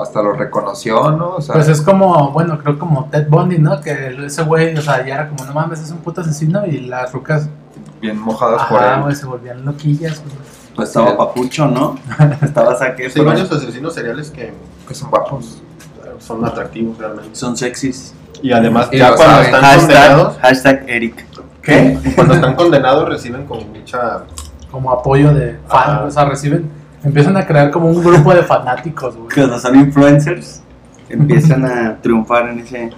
hasta lo reconoció, ¿no? O sea,
Pues es como, bueno, creo como Ted Bundy, ¿no? Que ese güey, o sea, ya era como, no mames, es un puto asesino y las rucas,
bien mojadas por
ajá,
él.
güey, se volvían loquillas, güey.
Pues estaba
Sí.
papucho, ¿no? Estaba saque.
Hay varios asesinos seriales que eh,
Que son guapos.
son atractivos realmente.
Son sexys.
Y además,
Y
ya
lo
cuando
saben.
están condenados,
Hashtag, hashtag Eric.
¿qué? Cuando están condenados reciben como mucha.
Como apoyo de fans,
Ajá.
o sea, reciben, empiezan a crear como un grupo de fanáticos, güey.
Cuando son influencers, empiezan a triunfar en ese.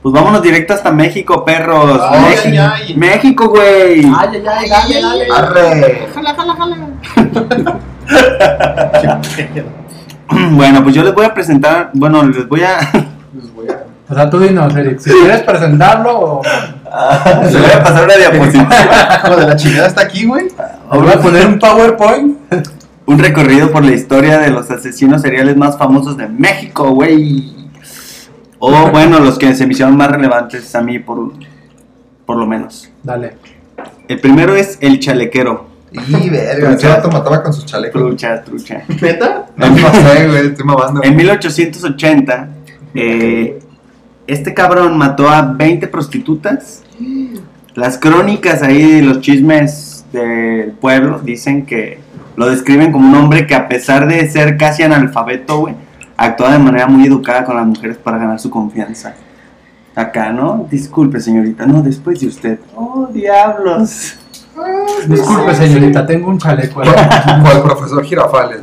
Pues vámonos directo hasta México, perros.
Ay,
México,
ay, ay.
México, güey.
Ay, ay, ay, dale, dale.
¡Arre!
Bueno, pues yo les voy a presentar. Bueno, les voy a.
Les voy a-
O sea, tú dinos, Eric, si quieres presentarlo o
les voy a pasar una diapositiva.
Lo de la chingada está aquí, güey.
o voy a poner un PowerPoint.
Un recorrido por la historia de los asesinos seriales más famosos de México, güey. O bueno, los que se me hicieron más relevantes a mí, por, por lo menos.
Dale.
El primero es el chalequero.
Y verga,
Trucha.
ese vato mataba con sus chalecos.
Trucha, trucha.
¿Neta?
No no sé, güey, estoy mamando.
En 1880, eh, este cabrón mató a 20 prostitutas. Las crónicas ahí, los chismes del pueblo, dicen que lo describen como un hombre que a pesar de ser casi analfabeto, güey, actuaba de manera muy educada con las mujeres para ganar su confianza. Acá, ¿no? Disculpe, señorita. No, después de usted. Oh, diablos.
Disculpe, señorita, tengo un chaleco. ¿eh?
Con el profesor Girafales.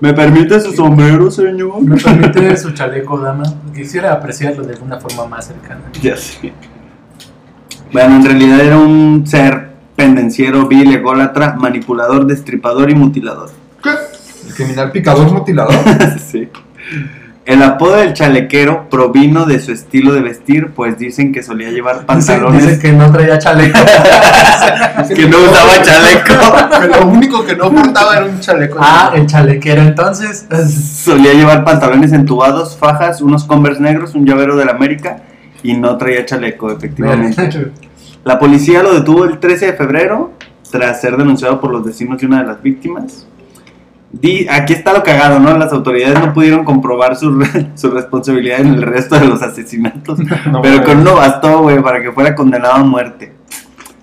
¿Me permite su sombrero, señor?
Me permite su chaleco, dama. Quisiera apreciarlo de alguna forma más cercana.
Ya sé. Bueno, en realidad era un ser pendenciero, vil, ególatra, manipulador, destripador y mutilador.
El criminal picador mutilador.
Sí. El apodo del chalequero provino de su estilo de vestir, pues dicen que solía llevar
Dice,
pantalones
dice que no traía chaleco.
que, no usaba chaleco.
Que lo único que no portaba era un chaleco.
Ah, el chalequero entonces.
solía llevar pantalones entubados, fajas, unos Converse negros, un llavero de la América y no traía chaleco, efectivamente. La policía lo detuvo el 13 de febrero tras ser denunciado por los vecinos de una de las víctimas. Di- aquí está lo cagado, ¿no? Las autoridades no pudieron comprobar su, re- su responsabilidad en el resto de los asesinatos,
No,
pero
güey.
con uno bastó, güey, para que fuera condenado a muerte.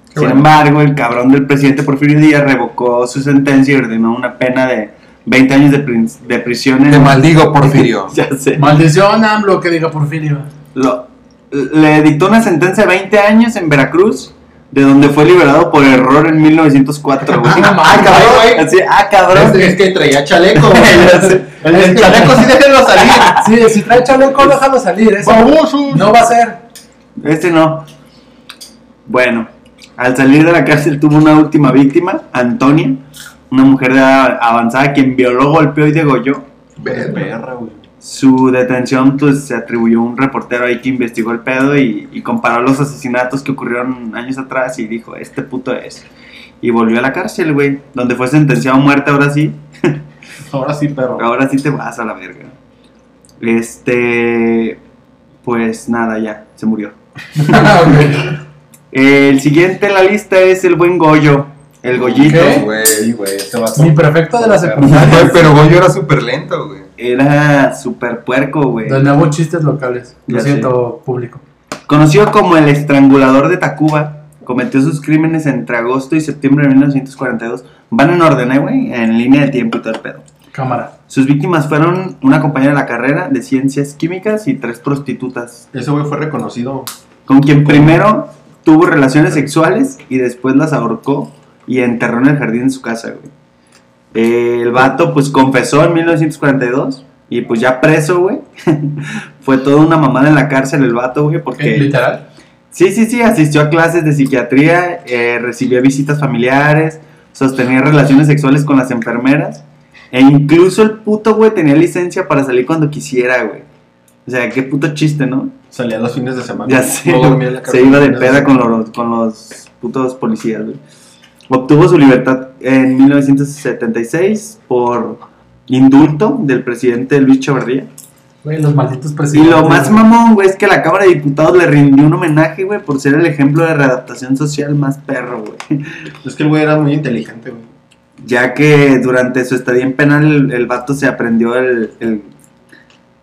Sin
bueno.
embargo, el cabrón del presidente Porfirio Díaz revocó su sentencia y ordenó una pena de 20 años de, prin- de prisión en...
Te maldigo, Porfirio.
Ya sé.
Maldición, AMLO, que diga Porfirio.
Lo- le dictó una sentencia de 20 años en Veracruz, de donde fue liberado por error en 1904. güey.
Ah,
ah,
güey.
cabrón. Así, ah, cabrón.
Es que traía chaleco, güey.
Ya sé.
El, el chaleco sí déjenlo salir.
Sí, si trae chaleco, déjalo salir. Eso
Baboso.
no va a ser.
Este no. Bueno, al salir de la cárcel tuvo una última víctima, Antonia, una mujer de edad avanzada quien violó, golpeó y degolló.
Perra, güey.
Su detención pues, se atribuyó a un reportero ahí que investigó el pedo y, y comparó los asesinatos que ocurrieron años atrás y dijo, este puto es. Y volvió a la cárcel, güey, donde fue sentenciado a muerte ahora sí.
Ahora sí, perro.
Ahora sí te vas a la verga. Este... Pues nada, ya, se murió.
Ah,
El siguiente en la lista es el buen Goyo, el Goyito.
¿Qué?
Güey, güey.
Este vato.
Mi prefecto de la
Güey,
secundaria.
pero Goyo era súper lento, güey.
Era super puerco, güey.
Donde hago chistes locales. Lo
Ya
siento, público.
Conocido como el estrangulador de Tacuba, cometió sus crímenes entre agosto y septiembre de 1942. Van en orden, eh, güey, en línea de tiempo y todo el pedo.
Cámara.
Sus víctimas fueron una compañera de la carrera de ciencias químicas y tres prostitutas,
Ese güey fue reconocido.
con quien primero tuvo relaciones sexuales y después las ahorcó y enterró en el jardín de su casa, güey. Eh, El vato, pues, confesó en 1942 y, pues, ya preso, güey. Fue toda una mamada en la cárcel el vato, güey, porque...
Literal.
Sí, sí, sí, asistió a clases de psiquiatría, eh, recibía visitas familiares, sostenía relaciones sexuales con las enfermeras, e incluso el puto, güey, tenía licencia para salir cuando quisiera, güey. O sea, qué puto chiste, ¿no?
Salía los fines de semana.
Ya sé.
No dormía en la
se
cárcel
iba de
los fines
peda con
semana.
los, con los putos policías, güey. Obtuvo su libertad en 1976 por indulto del presidente Luis Chavarría.
Güey, los malditos
Y
presidentes.
lo más
güey.
mamón, güey, es que la Cámara de Diputados le rindió un homenaje, güey, por ser el ejemplo de readaptación social más perro, güey.
Es que el güey era muy inteligente, güey.
Ya que durante su estadía en penal el, el vato se aprendió el, el,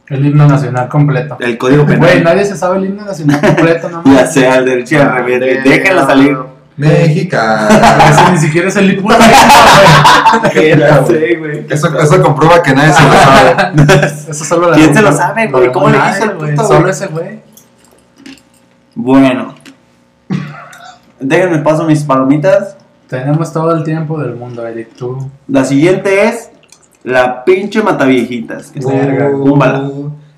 El himno nacional completo.
el código
Güey,
penal.
nadie se sabe el himno nacional completo, no
Eh, Ya
mames.
sea el derecho a la rebelde. Déjenla salir.
México.
Ese ni siquiera es el himno, güey.
Ya sé, güey.
Eso, eso comprueba que nadie se lo sabe.
Eso solo la-
¿Quién se lo sabe, güey? ¿Cómo le hizo el
Nadie, güey,
puto,
Solo
güey?
ese güey.
Bueno. Déjenme paso mis palomitas.
Tenemos todo el tiempo del mundo, Eric. Tú.
La siguiente es la pinche Mataviejitas.
Verga.
Búmbala.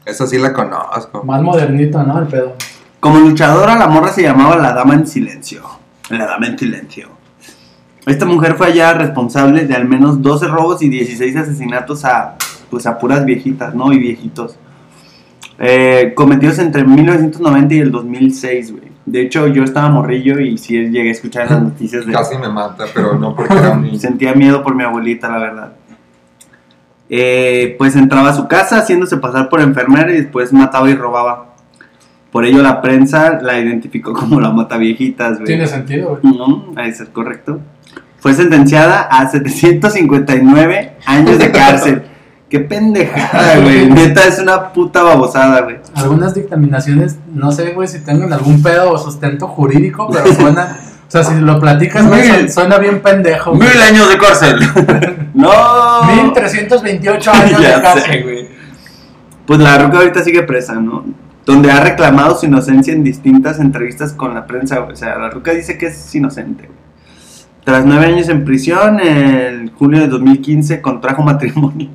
Esa sí la conozco.
Uh. Más modernito, ¿no? El pedo.
Como luchadora, la morra se llamaba la Dama en Silencio. La Dama en Silencio. Esta mujer fue hallada responsable de al menos 12 robos y 16 asesinatos a, pues a puras viejitas, ¿no? Y viejitos. Eh, cometidos entre 1990 y el 2006, güey. De hecho, yo estaba morrillo y sí llegué a escuchar las noticias de...
Casi me mata, pero no porque era un niño.
Sentía miedo por mi abuelita, la verdad. Eh, pues entraba a su casa haciéndose pasar por enfermera y después mataba y robaba. Por ello la prensa la identificó como la mata viejitas, güey.
Tiene sentido, güey.
No, eso es correcto. Fue sentenciada a 759 años de cárcel. Qué pendejada, güey. Neta es una puta babosada, güey.
Algunas dictaminaciones, no sé, güey, si tengan algún pedo o sustento jurídico, pero suena. o sea, si lo platicas, güey,
Mil.
su- suena bien pendejo. güey.
Mil años de cárcel. no.
1328 años
Ya
de
sé,
cárcel.
güey. Pues la Roca ahorita sigue presa, ¿no? Donde ha reclamado su inocencia en distintas entrevistas con la prensa. güey. O sea, la Roca dice que es inocente. güey. Tras nueve años en prisión, en junio de 2015 contrajo matrimonio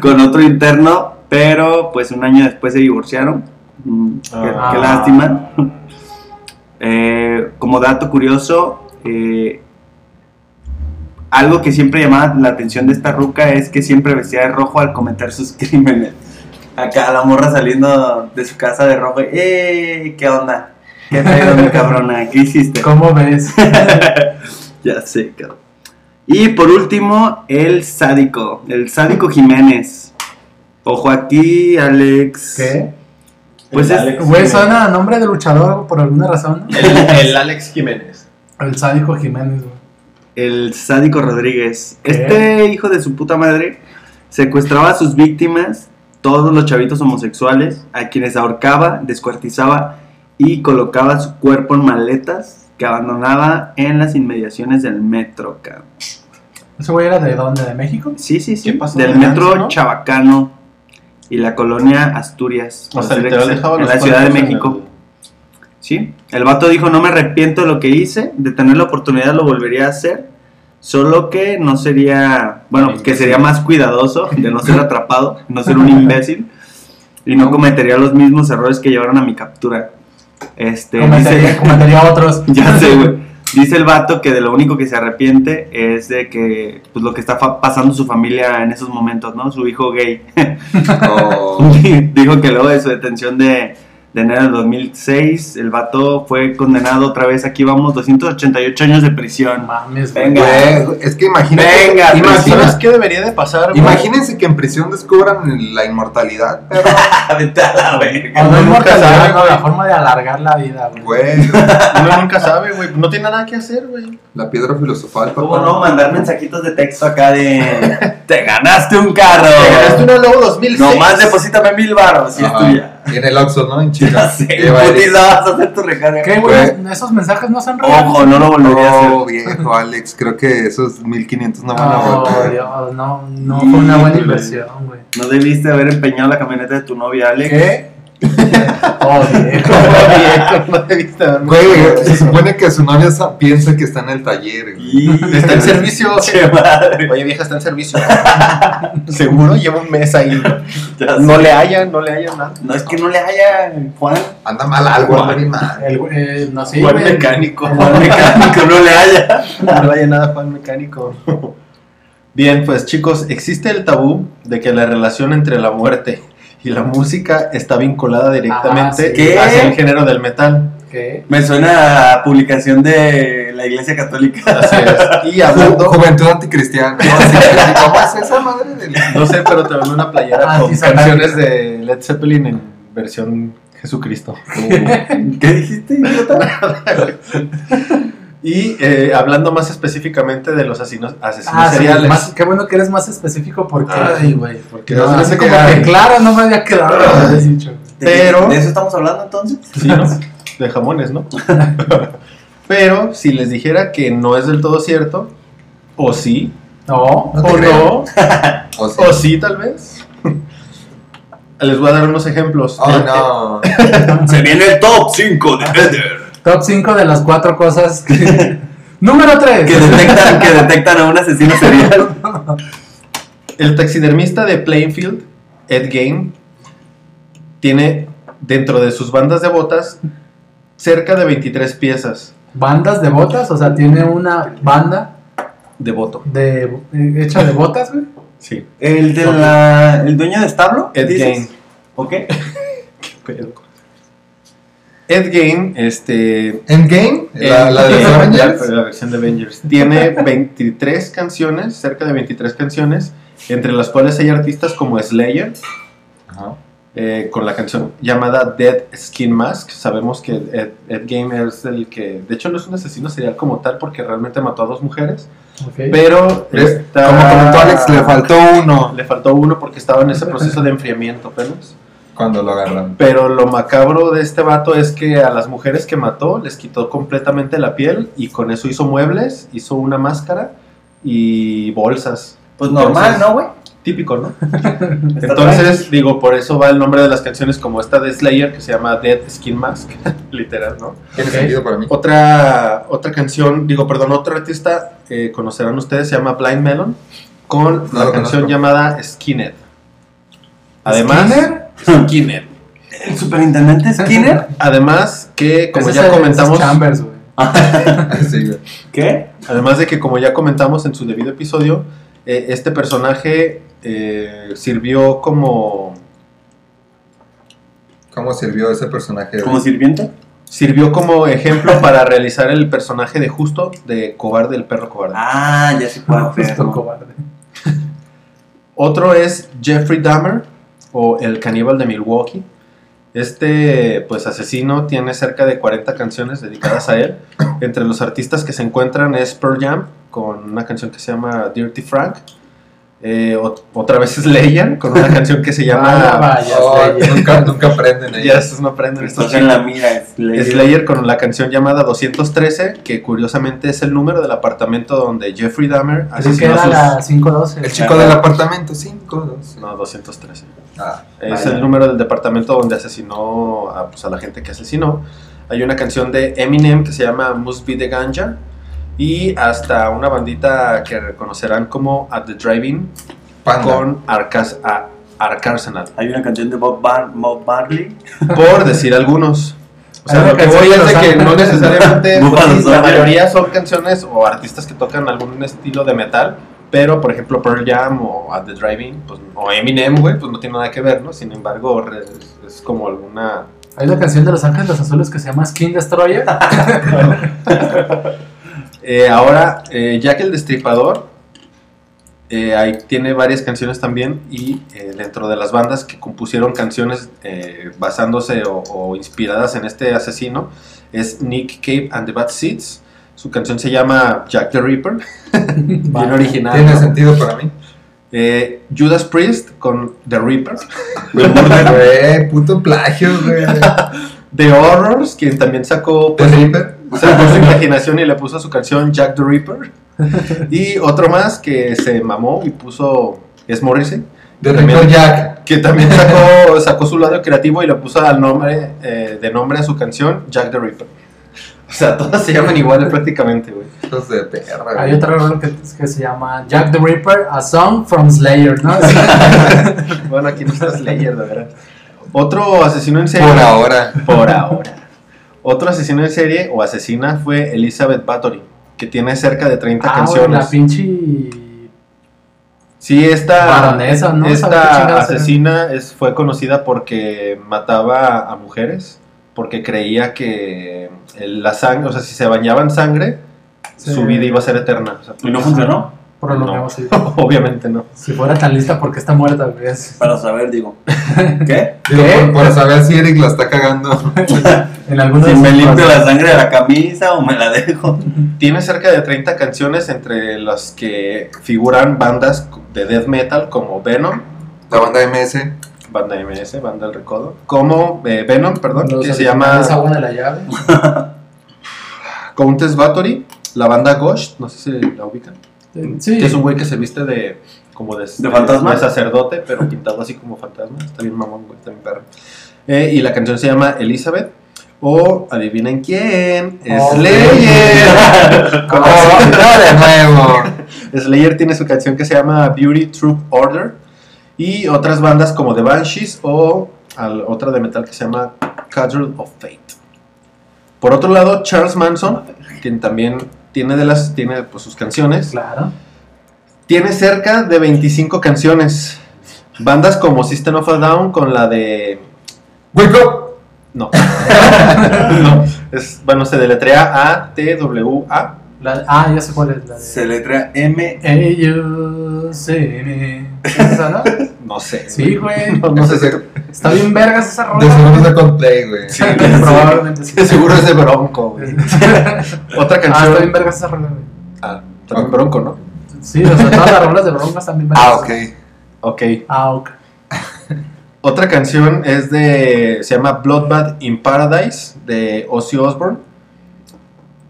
con otro interno, pero pues un año después se divorciaron. Mm, qué-
Ah.
qué lástima. Eh, como dato curioso, eh, algo que siempre llamaba la atención de esta ruca es que siempre vestía de rojo al cometer sus crímenes. Acá la morra saliendo de su casa de rojo. ¡Eh! ¿Qué onda? ¿Qué pedo, mi cabrona? ¿Qué hiciste?
¿Cómo ves?
Ya sé, cabrón. Y por último, el sádico. El sádico Jiménez. Ojo aquí, Alex.
¿Qué?
Pues
El
es-
Alex
Güey,
Jiménez.
suena a nombre de luchador por alguna razón.
El, el Alex Jiménez.
El sádico Jiménez, güey.
El sádico Rodríguez.
¿Qué?
Este hijo de su puta madre secuestraba a sus víctimas, todos los chavitos homosexuales, a quienes ahorcaba, descuartizaba y colocaba su cuerpo en maletas que abandonaba en las inmediaciones del metro, cabrón.
¿Ese güey era de dónde? ¿De México?
Sí, sí, sí.
¿Qué pasó? ¿De
Del
Lanza,
metro
no?
Chabacano y la colonia Asturias.
O
para
sea,
ser
literal
exacto,
dejaba
en
los
la Ciudad de
cuerpos en
México. Sí. El vato dijo, no me arrepiento de lo que hice, de tener la oportunidad lo volvería a hacer, solo que no sería, bueno, pues que sería más cuidadoso de no ser atrapado, no ser un imbécil y no cometería los mismos errores que llevaron a mi captura. Este,
Comentaría,
dice-
comentaría a otros.
ya sé, güey. Dice el vato que de lo único que se arrepiente es de que pues lo que está fa- pasando su familia en esos momentos, ¿no? Su hijo gay.
O-
Dijo que luego de su detención de, de enero del 2006, el vato fue condenado otra vez, aquí vamos, 288 años de prisión.
Mames,
Venga.
güey.
Güey, es que imagínate.
Venga,
el-
imagina-
¿Sabes qué debería de pasar? güey?
imagínense que en prisión descubran la inmortalidad, pero.
Ah, Vete a la verga.
O no
Nunca
inmortalidad,
sabe,
no, la
güey.
forma de alargar la vida, güey.
Güey,
Uno nunca sabe, güey. No tiene nada que hacer, güey.
la piedra filosofal, papá.
¿Cómo no? Mandar mensajitos de texto acá de... ¡Te ganaste un carro!
Te ganaste una Lobo 2006.
Nomás deposítame mil baros y es
Ajá.
tuya.
Y en el Oxxo, ¿no? En
Ya
China.
sé,
Lleva el-
putiza, vas a hacer tu recarga.
¿Qué, güey?
Güey.
Esos mensajes no son reales.
Ojo, no lo volvería a hacer.
No, viejo, Alex, creo que esos 1500 no van a
No,
volver.
Dios, no, no fue una buena
Híjole.
inversión, güey.
No debiste haber empeñado la camioneta de tu novia, Alex.
¿Qué? Oh, viejo.
no debiste haber-
Güey, se supone que su novia sa- piensa que está en el taller. güey.
Y-
Está en servicio.
Che, madre.
Oye, vieja, está en servicio. Seguro lleva un mes ahí.
Ya
No
sé.
le hallan, no le hallan nada.
No es que no le haya Juan.
Anda mal algo, anda bien mal.
El, güey- eh, no sé,
Juan
güey.
mecánico.
Juan mecánico no le haya.
No le haya nada, Juan Mecánico. Bien, pues chicos, existe el tabú de que la relación entre la muerte y la música está vinculada directamente
Ah, sí.
¿Qué?
hacia el género del metal.
¿Qué?
Me suena a publicación de la Iglesia Católica.
Así es. Y hablando,
Juventud anticristiana. ¿Cómo es esa madre del.?
no sé, pero te veo en una playera
Ah,
con
sí, satánica.
canciones de Led Zeppelin en versión Jesucristo.
¿Qué dijiste, idiota?
Y eh, hablando más específicamente de los asesinos, asesinos
Ah, sí,
seriales.
más- qué bueno que eres más específico porque.
Ay,
güey.
porque no,
no,
se me
así
hace
como
que-
que claro, no me había quedado lo que habías dicho.
Pero-
¿De eso estamos hablando entonces?
Sí, ¿no? De jamones, ¿no? Pero si les dijera que no es del todo cierto, o sí,
No,
No te
o
creo.
no,
O sea,
o sí tal vez. Les voy a dar unos ejemplos.
oh, no.
Se viene el top 5 de Eder.
top 5 de las cuatro cosas que. Número
Que
3.
detectan, que detectan a un asesino serial.
El taxidermista de Plainfield, Ed Game, tiene dentro de sus bandas de botas cerca de 23 piezas
Bandas de botas, o sea, tiene una banda
de voto.
de eh, hecha de botas, güey.
Sí,
¿El de la. el dueño de establo?
Ed Gein.
¿Ok?
pero- Ed Game, este,
¿Endgame? ¿La, la de los
Eh,
Avengers?
la- la versión de Avengers. Tiene 23 canciones, cerca de 23 canciones, entre las cuales hay artistas como Slayer,
Ajá.
eh, con la canción llamada Dead Skin Mask. Sabemos que Ed, Ed Gein es el que, de hecho, no es un asesino serial como tal, porque realmente mató a dos mujeres,
Ok.
pero
Eh,
está-
Como comentó Alex, le faltó uno
le faltó uno porque estaba en ese proceso de enfriamiento apenas.
cuando lo agarraron.
Pero lo macabro de este vato es que a las mujeres que mató les quitó completamente la piel y con eso hizo muebles, hizo una máscara y bolsas.
Pues normal, ¿no, güey?
Típico, ¿no?
Está
Entonces, digo, por eso va el nombre de las canciones como esta de Slayer que se llama Dead Skin Mask, literal, ¿no?
Tiene
Ok.
sentido para mí.
Otra, otra canción, digo, perdón, otro artista eh, conocerán ustedes, se llama Blind Melon, con
No
la
lo
canción
conozco.
llamada Skinhead. Además,
¿Skinner?
Skinhead.
tranqui. ¿El superintendente Skinner?
Además que, como
Ese
ya
es el-
comentamos,
ese es Chambers, güey.
Ah, Sí, güey.
¿Qué?
Además de que, como ya comentamos en su debido episodio, eh, este personaje eh, sirvió como.
¿Cómo sirvió ese personaje?
¿Como sirviente?
Sirvió como ejemplo para realizar el personaje de Justo de Cobarde, el perro cobarde.
Ah, ya se puede
Justo
ver. ¿no?
cobarde.
Otro es Jeffrey Dahmer, o El Caníbal de Milwaukee. Este, pues, asesino tiene cerca de 40 canciones dedicadas a él. Entre los artistas que se encuentran es Pearl Jam, con una canción que se llama Dirty Frank. Eh, ot- otra vez Slayer, con una canción que se
Ah, Vaya,
llama...
vaya,
Oh,
Slayer.
nunca, nunca aprenden ahí.
Ya estos no aprenden estos
Estás en la
chicos.
mira, es ley.
Slayer con la canción llamada 213, que curiosamente es el número del apartamento donde Jeffrey Dahmer
Así que
asesinó a
era
sus...
la 512.
El chico del apartamento 5,
No, 213.
Ah,
Es
Vaya.
el número del departamento donde asesinó a, pues, a la gente que asesinó. Hay una canción de Eminem que se llama Must Be the Ganja. Y hasta una bandita que reconocerán como At the Driving
panda.
con Arcas, a- Arcarsenal.
Hay una canción de Bob, Bar Bob Marley.
Por decir algunos. O sea,
Hay una
lo que
canción
voy
de
es de
los
que no
Ángeles.
necesariamente.
Búfalo
pues, sí, la
Soldier.
mayoría son canciones o artistas que tocan algún estilo de metal. Pero, por ejemplo, Pearl Jam o At the Driving pues, o Eminem, güey, pues no tiene nada que ver, ¿no? Sin embargo, re- es, es como alguna.
Hay una canción de Los Ángeles los Azules que se llama Skin Destroyer.
Eh, ahora, eh, Jack el Destripador. eh, ahí tiene varias canciones también. Y eh, dentro de las bandas que compusieron canciones eh, basándose o, o inspiradas en este asesino, es Nick Cave and the Bad Seeds. Su canción se llama Jack the Ripper.
Vale.
original.
Tiene
¿no?
sentido para mí.
Eh, Judas Priest con The Reaper.
Güey, puto plagio, güey.
The Horrors, quien también sacó
¿Te
pues,
ripe?
sacó su imaginación y le puso a su canción Jack the Ripper. Y otro más que se mamó y puso es Morrissey,
De
También.
rico Jack.
que también sacó, sacó su lado creativo y le puso al nombre eh, de nombre a su canción Jack the Ripper. O sea, todas se llaman iguales prácticamente, güey.
Hijos de perra,
Hay
güey.
otra rola que, que se llama Jack the Ripper, a song from Slayer, ¿no? Ah, Sí.
Bueno, aquí no estás leyendo, ¿verdad? Otro asesino en serie.
Por ahora.
Por ahora. Otro asesino en serie o asesina fue Elizabeth Bathory, que tiene cerca de 30
Ah, güey,
canciones.
la pinche
Sí, esta,
Baronesa, ¿no? ¿Sabe qué
esta
chingados era?
asesina es- fue conocida porque mataba a mujeres, porque creía que el- la sangre, o sea, si se bañaban sangre,
Sí.
su vida iba a ser eterna. o sea,
Y no funcionó.
Por lo
No.
menos, sí.
Obviamente no.
Si fuera tan lista, porque está muerta? ¿Ves?
Para saber, digo. ¿Qué?
Digo,
¿Qué?
por- Por saber si Eric la está cagando.
En algunos
Si me limpio la sangre de la camisa o me la dejo.
Tiene cerca de 30 canciones entre las que figuran bandas de death metal como Venom,
La banda MS.
banda MS, banda del recodo, como eh, Venom, perdón,
Los
que se
originales
llama
Agua de la llave.
Countess Battery, la banda Ghost, no sé si la ubican.
Sí.
Que es un güey que se viste de como de,
fantasma?
de sacerdote, pero pintado así como fantasma. Está bien mamón, güey, está bien perro. Eh, y la canción se llama Elizabeth. O adivinen quién,
Oh,
Slayer.
Oh, de nuevo.
Slayer tiene su canción que se llama Beauty Troop Order. Y otras bandas como The Banshees o al- otra de metal que se llama Cathedral of Fate. Por otro lado, Charles Manson, quien también tiene de las tiene pues, sus canciones.
Claro.
Tiene cerca de 25 canciones. Bandas como System of a Down con la de.
Wake up.
No. No, es- bueno, se deletrea A-T-W-A.
La- ah, ya sé cuál es. La de...
Se letra M.
Ellos sí, me- ¿Es esa, no?
No sé.
Sí, güey.
No, no sé si.
Ese-
Está bien vergas esa
De
rola.
seguro es de Coldplay, güey.
Sí.
Probablemente sí.
de Seguro es de Bronco, güey. Otra
Ah, está bien
canción.
vergas esa rola, güey.
Ah, también Bronco, ¿no?
Sí, o sea, todas las rolas de Bronco están bien vergas.
Ah, ok.
Ok.
Ah, ok.
Otra canción es de. Se llama Bloodbath in Paradise de Ozzy Osbourne.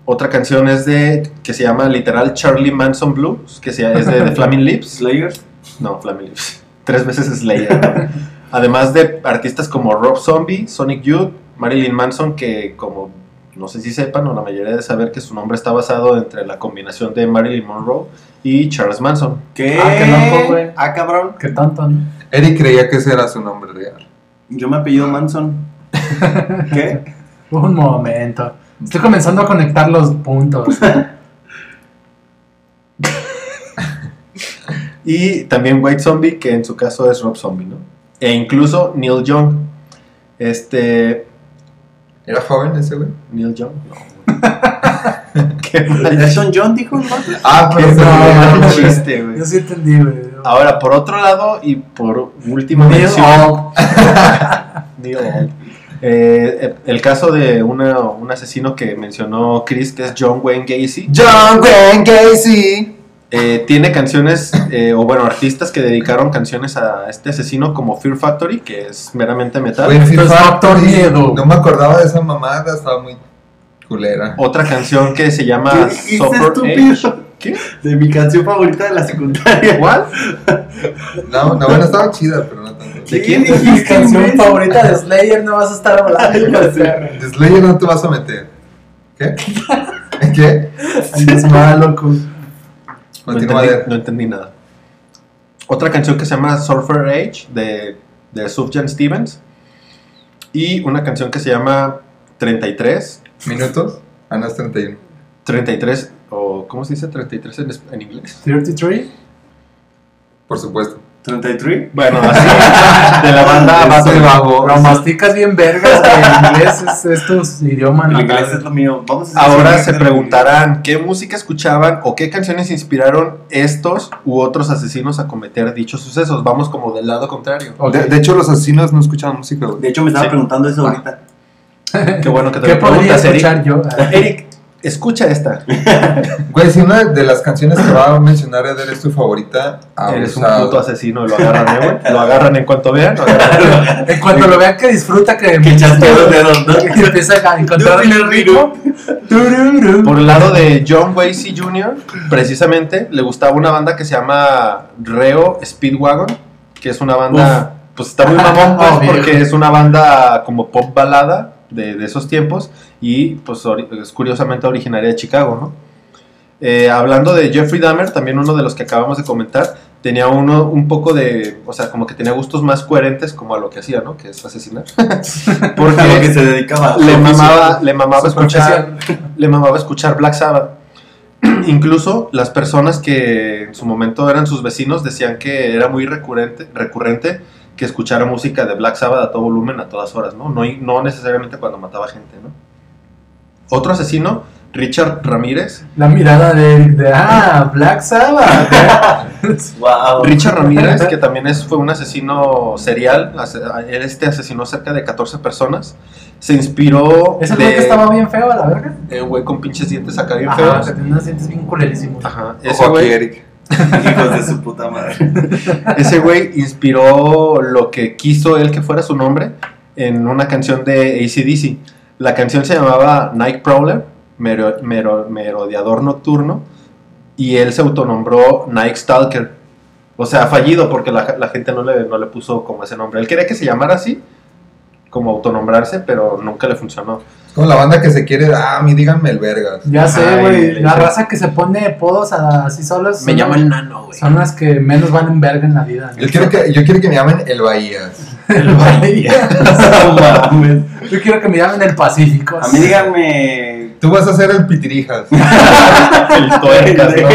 Otra canción es de. que se llama literal Charlie Manson Blues, que se- es de The Flaming Lips.
Slayer.
No, Flaming Lips. Tres veces Slayer. Además de artistas como Rob Zombie, Sonic Youth, Marilyn Manson, que como no sé si sepan o la mayoría de saber que su nombre está basado entre la combinación de Marilyn Monroe y Charles Manson.
¿Qué?
Ah, qué loco, güey.
Ah, cabrón.
Qué tonto, ¿no?
Eric creía que ese era su nombre real.
Yo me apellido Manson. ¿Qué?
Un momento. Estoy comenzando a conectar los puntos.
Y también White Zombie, que en su caso es Rob Zombie, ¿no? E incluso Neil Young. Este.
¿Era joven ese, güey?
Neil Young, no. Qué mal
¿Elton John dijo el vato?
Ah, pero se
no,
olvidó.
güey.
chiste, güey.
Yo sí entendí, güey.
Ahora, por otro lado, y por última
Neil
mención-
Young.
Neil Young. Eh, eh, el caso de una- un asesino que mencionó Chris, que es John Wayne Gacy,
John Wayne Gacy.
eh, tiene canciones, eh, o bueno, artistas que dedicaron canciones a este asesino, como Fear Factory, que es meramente metal.
Güey,
Esto es
FIFA,
factor
sí,
miedo.
No me acordaba de esa mamada, estaba muy culera.
Otra canción que se llama
¿Qué
Suffer eh, Age. ¿Qué?
De mi canción favorita de la secundaria.
¿Cuál?
No, no, bueno, estaba chida, pero no tanto.
¿De
quién
Mi canción
imbécil?
favorita de Slayer no vas a estar hablando.
Ya sé.
perro.
De Slayer no te vas a meter. ¿Qué? ¿Qué?
Andas mal, loco.
No
Continúa
entendí,
de.
no entendí nada. Otra canción que se llama Surfer Age de, de Sufjan Stevens. Y una canción que se llama 33.
¿Minutos? Ah, no, es 31.
33, o ¿cómo se dice 33 en, es- en inglés?
33.
Por supuesto.
33.
Bueno, así. de la banda
Ese
Battle.
babo.
Lo masticas bien vergas, que el inglés es, es tu idioma
El
natal.
inglés es lo mío. Vamos a hacer
Ahora
sonido
se
de-
preguntarán qué música escuchaban o qué canciones inspiraron estos u otros asesinos a cometer dichos sucesos. Vamos como del lado contrario.
Ok.
De, de hecho, los asesinos no escuchaban música, güey.
De hecho, me estaba
Sí.
preguntando eso ahorita.
Qué bueno que te
Eh, ¿Qué
lo
podría
preguntas, Eric.
escuchar yo?
Eric, escucha esta.
Güey, si una de las canciones que va a mencionar Eder es tu favorita,
Eres un
abusado.
puto asesino, lo agarran, ¿eh, güey? Lo agarran en cuanto vean. lo agarran.
En cuanto lo vean que disfruta que,
Que chasquea los dedos, ¿no?
que empieza a encontrar
Yo fui el rico.
Tururú.
Por el lado de John Wasey Jr., precisamente, le gustaba una banda que se llama Reo Speedwagon, que es una banda, pues está muy mamón, pues,
Oh, viejo.
porque es una banda como pop balada de, de esos tiempos y pues ori- es curiosamente originaria de Chicago, ¿no? Eh, hablando de Jeffrey Dahmer, también uno de los que acabamos de comentar, tenía uno un poco de, o sea, como que tenía gustos más coherentes como a lo que hacía, ¿no? Que es asesinar.
A lo que
porque
se dedicaba.
le mamaba, le mamaba
Su
escuchar
profesión.
le mamaba escuchar Black Sabbath. incluso las personas que en su momento eran sus vecinos decían que era muy recurrente, recurrente que escuchara música de Black Sabbath a todo volumen a todas horas, ¿no? No, y- no necesariamente cuando mataba gente, ¿no? Otro asesino, Richard Ramírez.
La mirada de Eric de ah, Black Sabbath. ¿eh?
Wow.
Richard Ramírez, que también es, fue un asesino serial, ase- él este asesinó cerca de 14 personas, se inspiró
Ese güey
de
que estaba bien feo, a la verga.
de un güey con pinches dientes acá bien
Ajá,
feos.
que tenía unos dientes bien culerísimos.
Ajá,
Ojo
ese
aquí,
güey
Eric.
Hijos de su puta madre.
Ese güey inspiró lo que quiso él que fuera su nombre en una canción de ACDC. La canción se llamaba Night Prowler, mero- mero- merodeador nocturno, y él se autonombró Night Stalker. O sea, fallido porque la, la gente no le, no le puso como ese nombre. Él quería que se llamara así, como autonombrarse, pero nunca le funcionó.
Es como la banda que se quiere, ah, a mí díganme el vergas.
Ya sé,
Ay,
güey.
le
La
hice-
raza que se pone podos a- así solos. son-
nano,
Son las que menos valen verga en la vida. ¿no?
Yo quiero que, yo quiero que me llamen el Bahías.
No mames.
Yo quiero que me llamen el Pacífico.
A mí díganme.
Tú vas a ser el Pitirijas.
El tuercas, ¿no?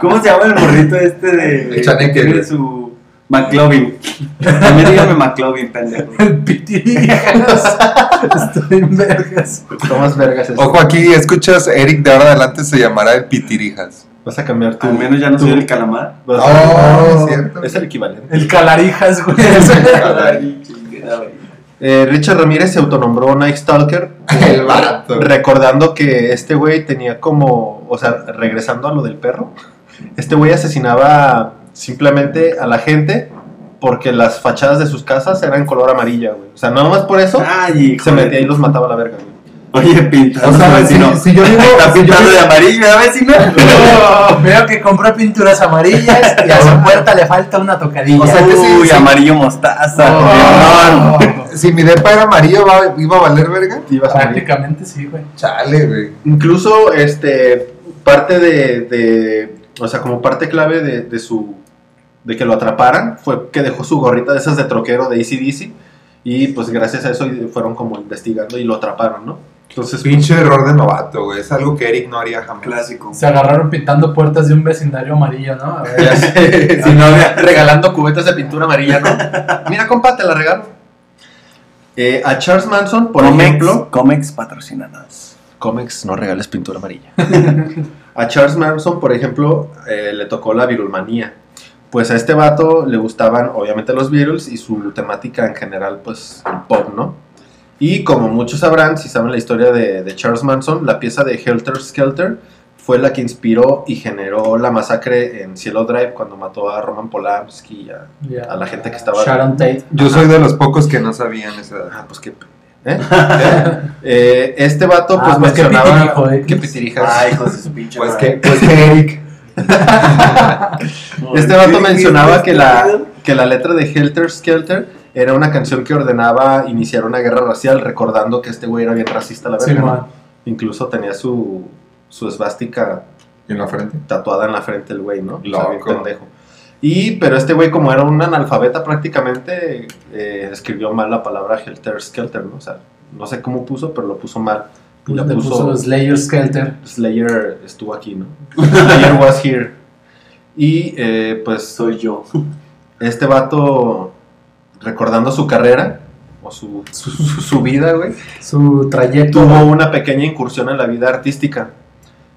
¿Cómo se llama el morrito este de.
El chaneque,
que tiene
güey.
su. McLovin. A mí díganme McLovin, pendejo.
El Pitijas. Estoy en vergas.
Tomas vergas eso.
Ojo aquí, escuchas, Eric de ahora en adelante se llamará el Pitirijas.
Vas a cambiar tu...
Al menos ya no
tu-
soy el calamar.
vas a-
Oh, es cierto.
Es el equivalente.
El Calarijas, güey.
Ay, chingada, güey.
Eh, Richard Ramírez se autonombró Night Stalker, eh,
El vato.
recordando que este güey tenía como, o sea, regresando a lo del perro, este güey asesinaba simplemente a la gente porque las fachadas de sus casas eran color amarilla, güey. O sea, nada más por eso
Ay, hijo.
se metía y
de-
los mataba a la verga, güey.
Oye, pintado.
O sea, si,
vecino.
si yo digo,
Está
si yo
pintado de
digo-
amarillo, ¿verdad, vecino?
Veo que compró pinturas amarillas y a su puerta le falta una tocadilla.
O sea, que sí,
Uy,
sí.
amarillo mostaza.
Oh,
con limón.
si mi depa era amarillo, ¿va- ¿iba a valer verga?
Te ibas a morir.
prácticamente sí, güey.
Chale, güey.
Incluso, este, parte de, de- o sea, como parte clave de, de su, de que lo atraparan, fue que dejó su gorrita de esas de troquero de ACDC, y pues gracias a eso fueron como investigando y lo atraparon, ¿no? Entonces, pues,
Pinche error de novato, güey. Es algo que Eric no haría jamás.
Clásico.
Se agarraron pintando puertas de un vecindario amarillo, ¿no? A ver.
ya sé, si no, regalando cubetas de pintura amarilla, ¿no? Mira, compa, te la regalo. Eh, a Charles Manson, por
Comex,
ejemplo,
Comex patrocinadas.
Comex, no regales pintura amarilla. a Charles Manson, por ejemplo, eh, le tocó la virulmanía. Pues a este vato le gustaban obviamente los Beatles y su temática en general, pues el pop, ¿no? Y como muchos sabrán, si saben la historia de, de Charles Manson, la pieza de Helter Skelter fue la que inspiró y generó la masacre en Cielo Drive cuando mató a Roman Polanski y a...
Ya.
A la gente que estaba-
Sharon Tate.
Yo soy de los pocos que no sabían esa edad.
Ah, pues qué... pende- ¿Eh? Eh, este vato
Ah,
pues
pues, qué
mencionaba...
pitirijo, ¿eh?
qué pitirijas.
Ay, hijos de su pinche.
Pues
madre.
que, pues que Eric.
Este vato mencionaba que la, que la letra de Helter Skelter era una canción que ordenaba iniciar una guerra racial, recordando que este güey era bien racista, la
Sí,
verdad.
man.
Incluso tenía su, su esvástica
¿En la frente?
tatuada en la frente el güey, ¿no? O sea, bien
Loco.
pendejo. Y, pero este güey, como era un analfabeta prácticamente, eh, escribió mal la palabra Helter Skelter, ¿no? O sea, no sé cómo puso, pero lo puso mal. Y la
Pues Le puso Slayer Skelter.
Slayer estuvo aquí, ¿no? Slayer was here. Y eh, pues
soy yo.
este vato, recordando su carrera, o su, su, su-
Pues
su vida, güey,
Su trayecto.
tuvo una pequeña incursión en la vida artística.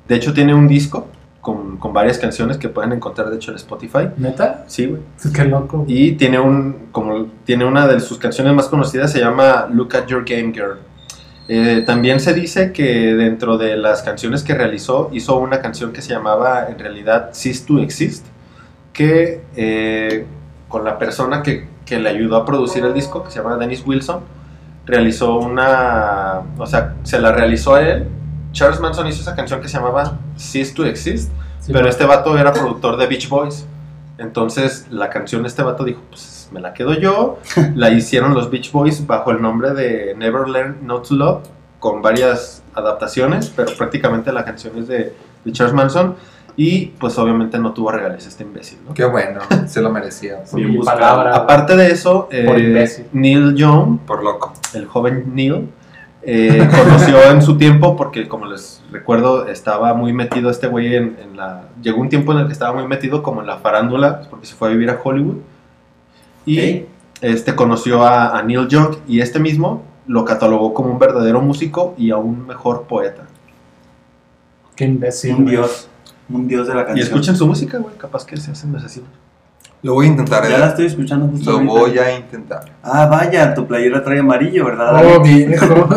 De hecho, tiene un disco con, con varias canciones que pueden encontrar, de hecho, en Spotify.
¿Neta?
Sí, güey.
Qué loco. güey.
Y tiene, un, como, tiene una de sus canciones más conocidas, se llama Look at Your Game Girl. Eh, también se dice que dentro de las canciones que realizó, hizo una canción que se llamaba en realidad Cease to Exist, que eh, con la persona que, que le ayudó a producir el disco, que se llama Dennis Wilson, realizó una. O sea, se la realizó a él. Charles Manson hizo esa canción que se llamaba Cease to Exist.
Sí,
Pero
man.
este vato era productor de Beach Boys. Entonces la canción este vato dijo, pues me la quedo yo. La hicieron los Beach Boys bajo el nombre de Never Learn Not to Love, con varias adaptaciones, pero prácticamente la canción es de, de Charles Manson. Y pues obviamente no tuvo regalos este imbécil, ¿no?
Qué bueno, se lo merecía. Por,
Sin palabra.
Aparte de eso,
Por
eh,
imbécil.
Neil Young,
por loco.
el joven Neil, eh, conoció en su tiempo, porque como les recuerdo, estaba muy metido este güey en, en la... Llegó un tiempo en el que estaba muy metido como en la farándula, pues, porque se fue a vivir a Hollywood. Y
Ok.
este conoció a, a Neil Young y este mismo lo catalogó como un verdadero músico y aún mejor poeta.
Qué imbécil.
un
güey.
dios. Un dios de la
Y
canción.
escuchen su música, güey, capaz que se hacen asesinos.
Lo voy a intentar,
Ya la
¿eh?
estoy escuchando justo
Lo
ahorita.
voy a intentar.
Ah, vaya, tu playera trae amarillo, ¿verdad?
Oh,
Alex?
viejo.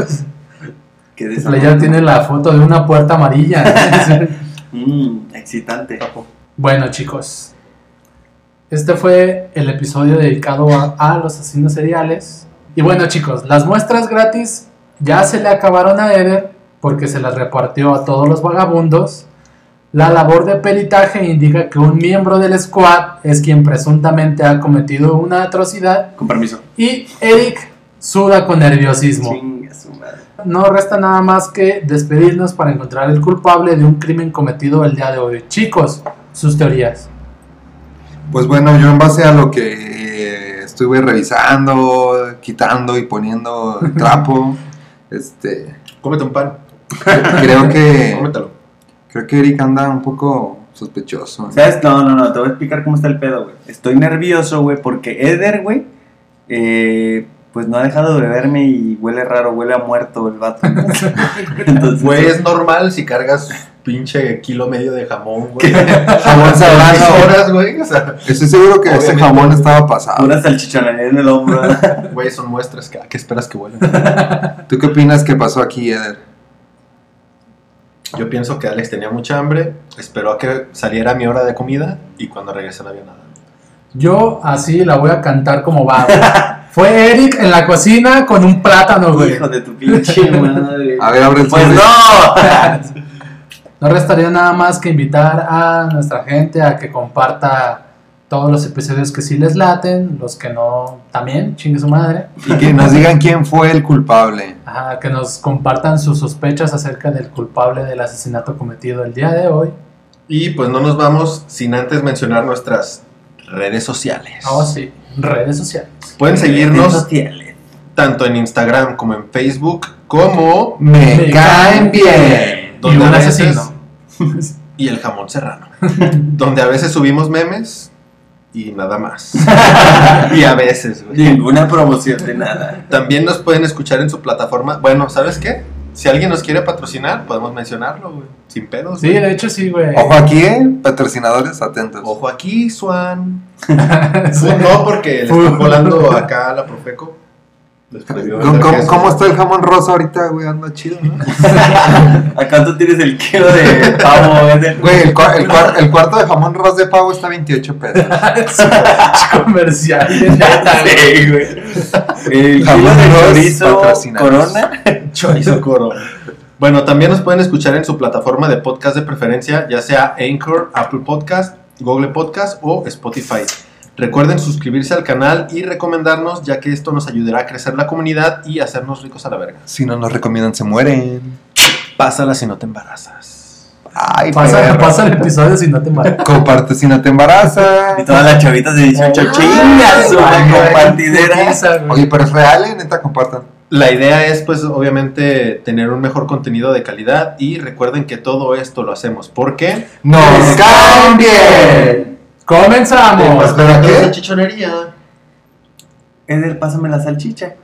Qué
La ya tiene la foto de una puerta amarilla.
Mm, excitante.
Bueno, chicos. Este fue el episodio dedicado a, a los asesinos seriales. Y bueno, chicos, las muestras gratis ya se le acabaron a Eder porque se las repartió a todos los vagabundos. La labor de peritaje indica que un miembro del squad es quien presuntamente ha cometido una atrocidad
Con permiso.
y Eric suda con nerviosismo.
Chinga su madre.
No resta nada más que despedirnos para encontrar el culpable de un crimen cometido el día de hoy. Chicos, sus teorías.
Pues bueno, yo en base a lo que eh, estuve revisando, quitando y poniendo el trapo, este,
Cómete un pan,
creo que
cómetelo.
creo que Eric anda un poco sospechoso. ¿eh?
¿Sabes? No, no, no, te voy a explicar cómo está el pedo, güey. Estoy nervioso, güey, porque Eder, güey, eh, pues no ha dejado de beberme y huele raro, huele a muerto el vato. Entonces,
Güey, es normal si cargas pinche kilo medio de jamón, güey.
Jamón
Seis
serrano.
horas, güey. O sea,
Estoy seguro que ese
Obviamente.
jamón estaba pasado.
Una salchichonería en el hombro.
güey, son muestras. ¿Qué, qué esperas que huelen?
¿Tú qué opinas que pasó aquí, Eder?
Yo pienso que Alex tenía mucha hambre, esperó a que saliera mi hora de comida y cuando regresé no había nada.
Yo así la voy a cantar como va. güey. Fue Eric en la cocina con un plátano, güey.
Hijo de tu pinche madre.
A ver, abre el
Pues
sobre.
no.
No restaría nada más que invitar a nuestra gente a que comparta todos los episodios que sí les laten, los que no también, chingue su madre.
Y que nos digan quién fue el culpable.
Ajá, que nos compartan sus sospechas acerca del culpable del asesinato cometido el día de hoy.
Y pues no nos vamos sin antes mencionar nuestras redes sociales.
Oh, sí, Eh, redes sociales.
Pueden
Redes
seguirnos
sociales.
tanto en Instagram como en Facebook como
Me
Me
caen
caen
bien.
Y un
a veces-
asesino.
y el jamón serrano, donde a veces subimos memes y nada más. y a veces, güey.
Ninguna promoción de nada.
También nos pueden escuchar en su plataforma. Bueno, ¿sabes qué? Si alguien nos quiere patrocinar, podemos mencionarlo, güey. Sin pedos.
Sí,
güey.
de hecho sí, güey.
Ojo aquí, ¿eh? Patrocinadores atentos.
Ojo aquí, Swan.
Sí.
No, porque le
Fútbol.
están volando acá a la Profeco. Les prohibió
¿Cómo,
vender
cómo-
queso.
cómo está el jamón rosa ahorita, güey? Anda chido, ¿no?
Acá tú tienes el kilo de pavo, Eder.
Güey, el, cua- el cua- el cuarto de jamón rosa de pavo está a 28 pesos.
comerciales. neta, güey.
Sí, güey. El kilo
Jamón
de
Ross
chorizo
patrocinados.
corona.
Chorizo coro. Bueno, también nos pueden escuchar en su plataforma de podcast de preferencia, ya sea Anchor, Apple Podcast, Google Podcast o Spotify. Recuerden suscribirse al canal y recomendarnos, ya que esto nos ayudará a crecer la comunidad y hacernos ricos a la verga.
Si no nos recomiendan, se mueren.
Pásala si no te embarazas.
Ay,
Pasa,
perro.
pasa el episodio si no te matas.
Comparte si no te embarazas.
Y todas las chavitas de 18 chingas, una compartidera.
Oye, pero es real, ¿eh? neta, compartan.
La idea es, pues, obviamente, tener un mejor contenido de calidad y recuerden que todo esto lo hacemos porque...
¡Nos caen bien!
Comenzamos.
¿Para qué?
chichonería.
Eder, pásame la salchicha.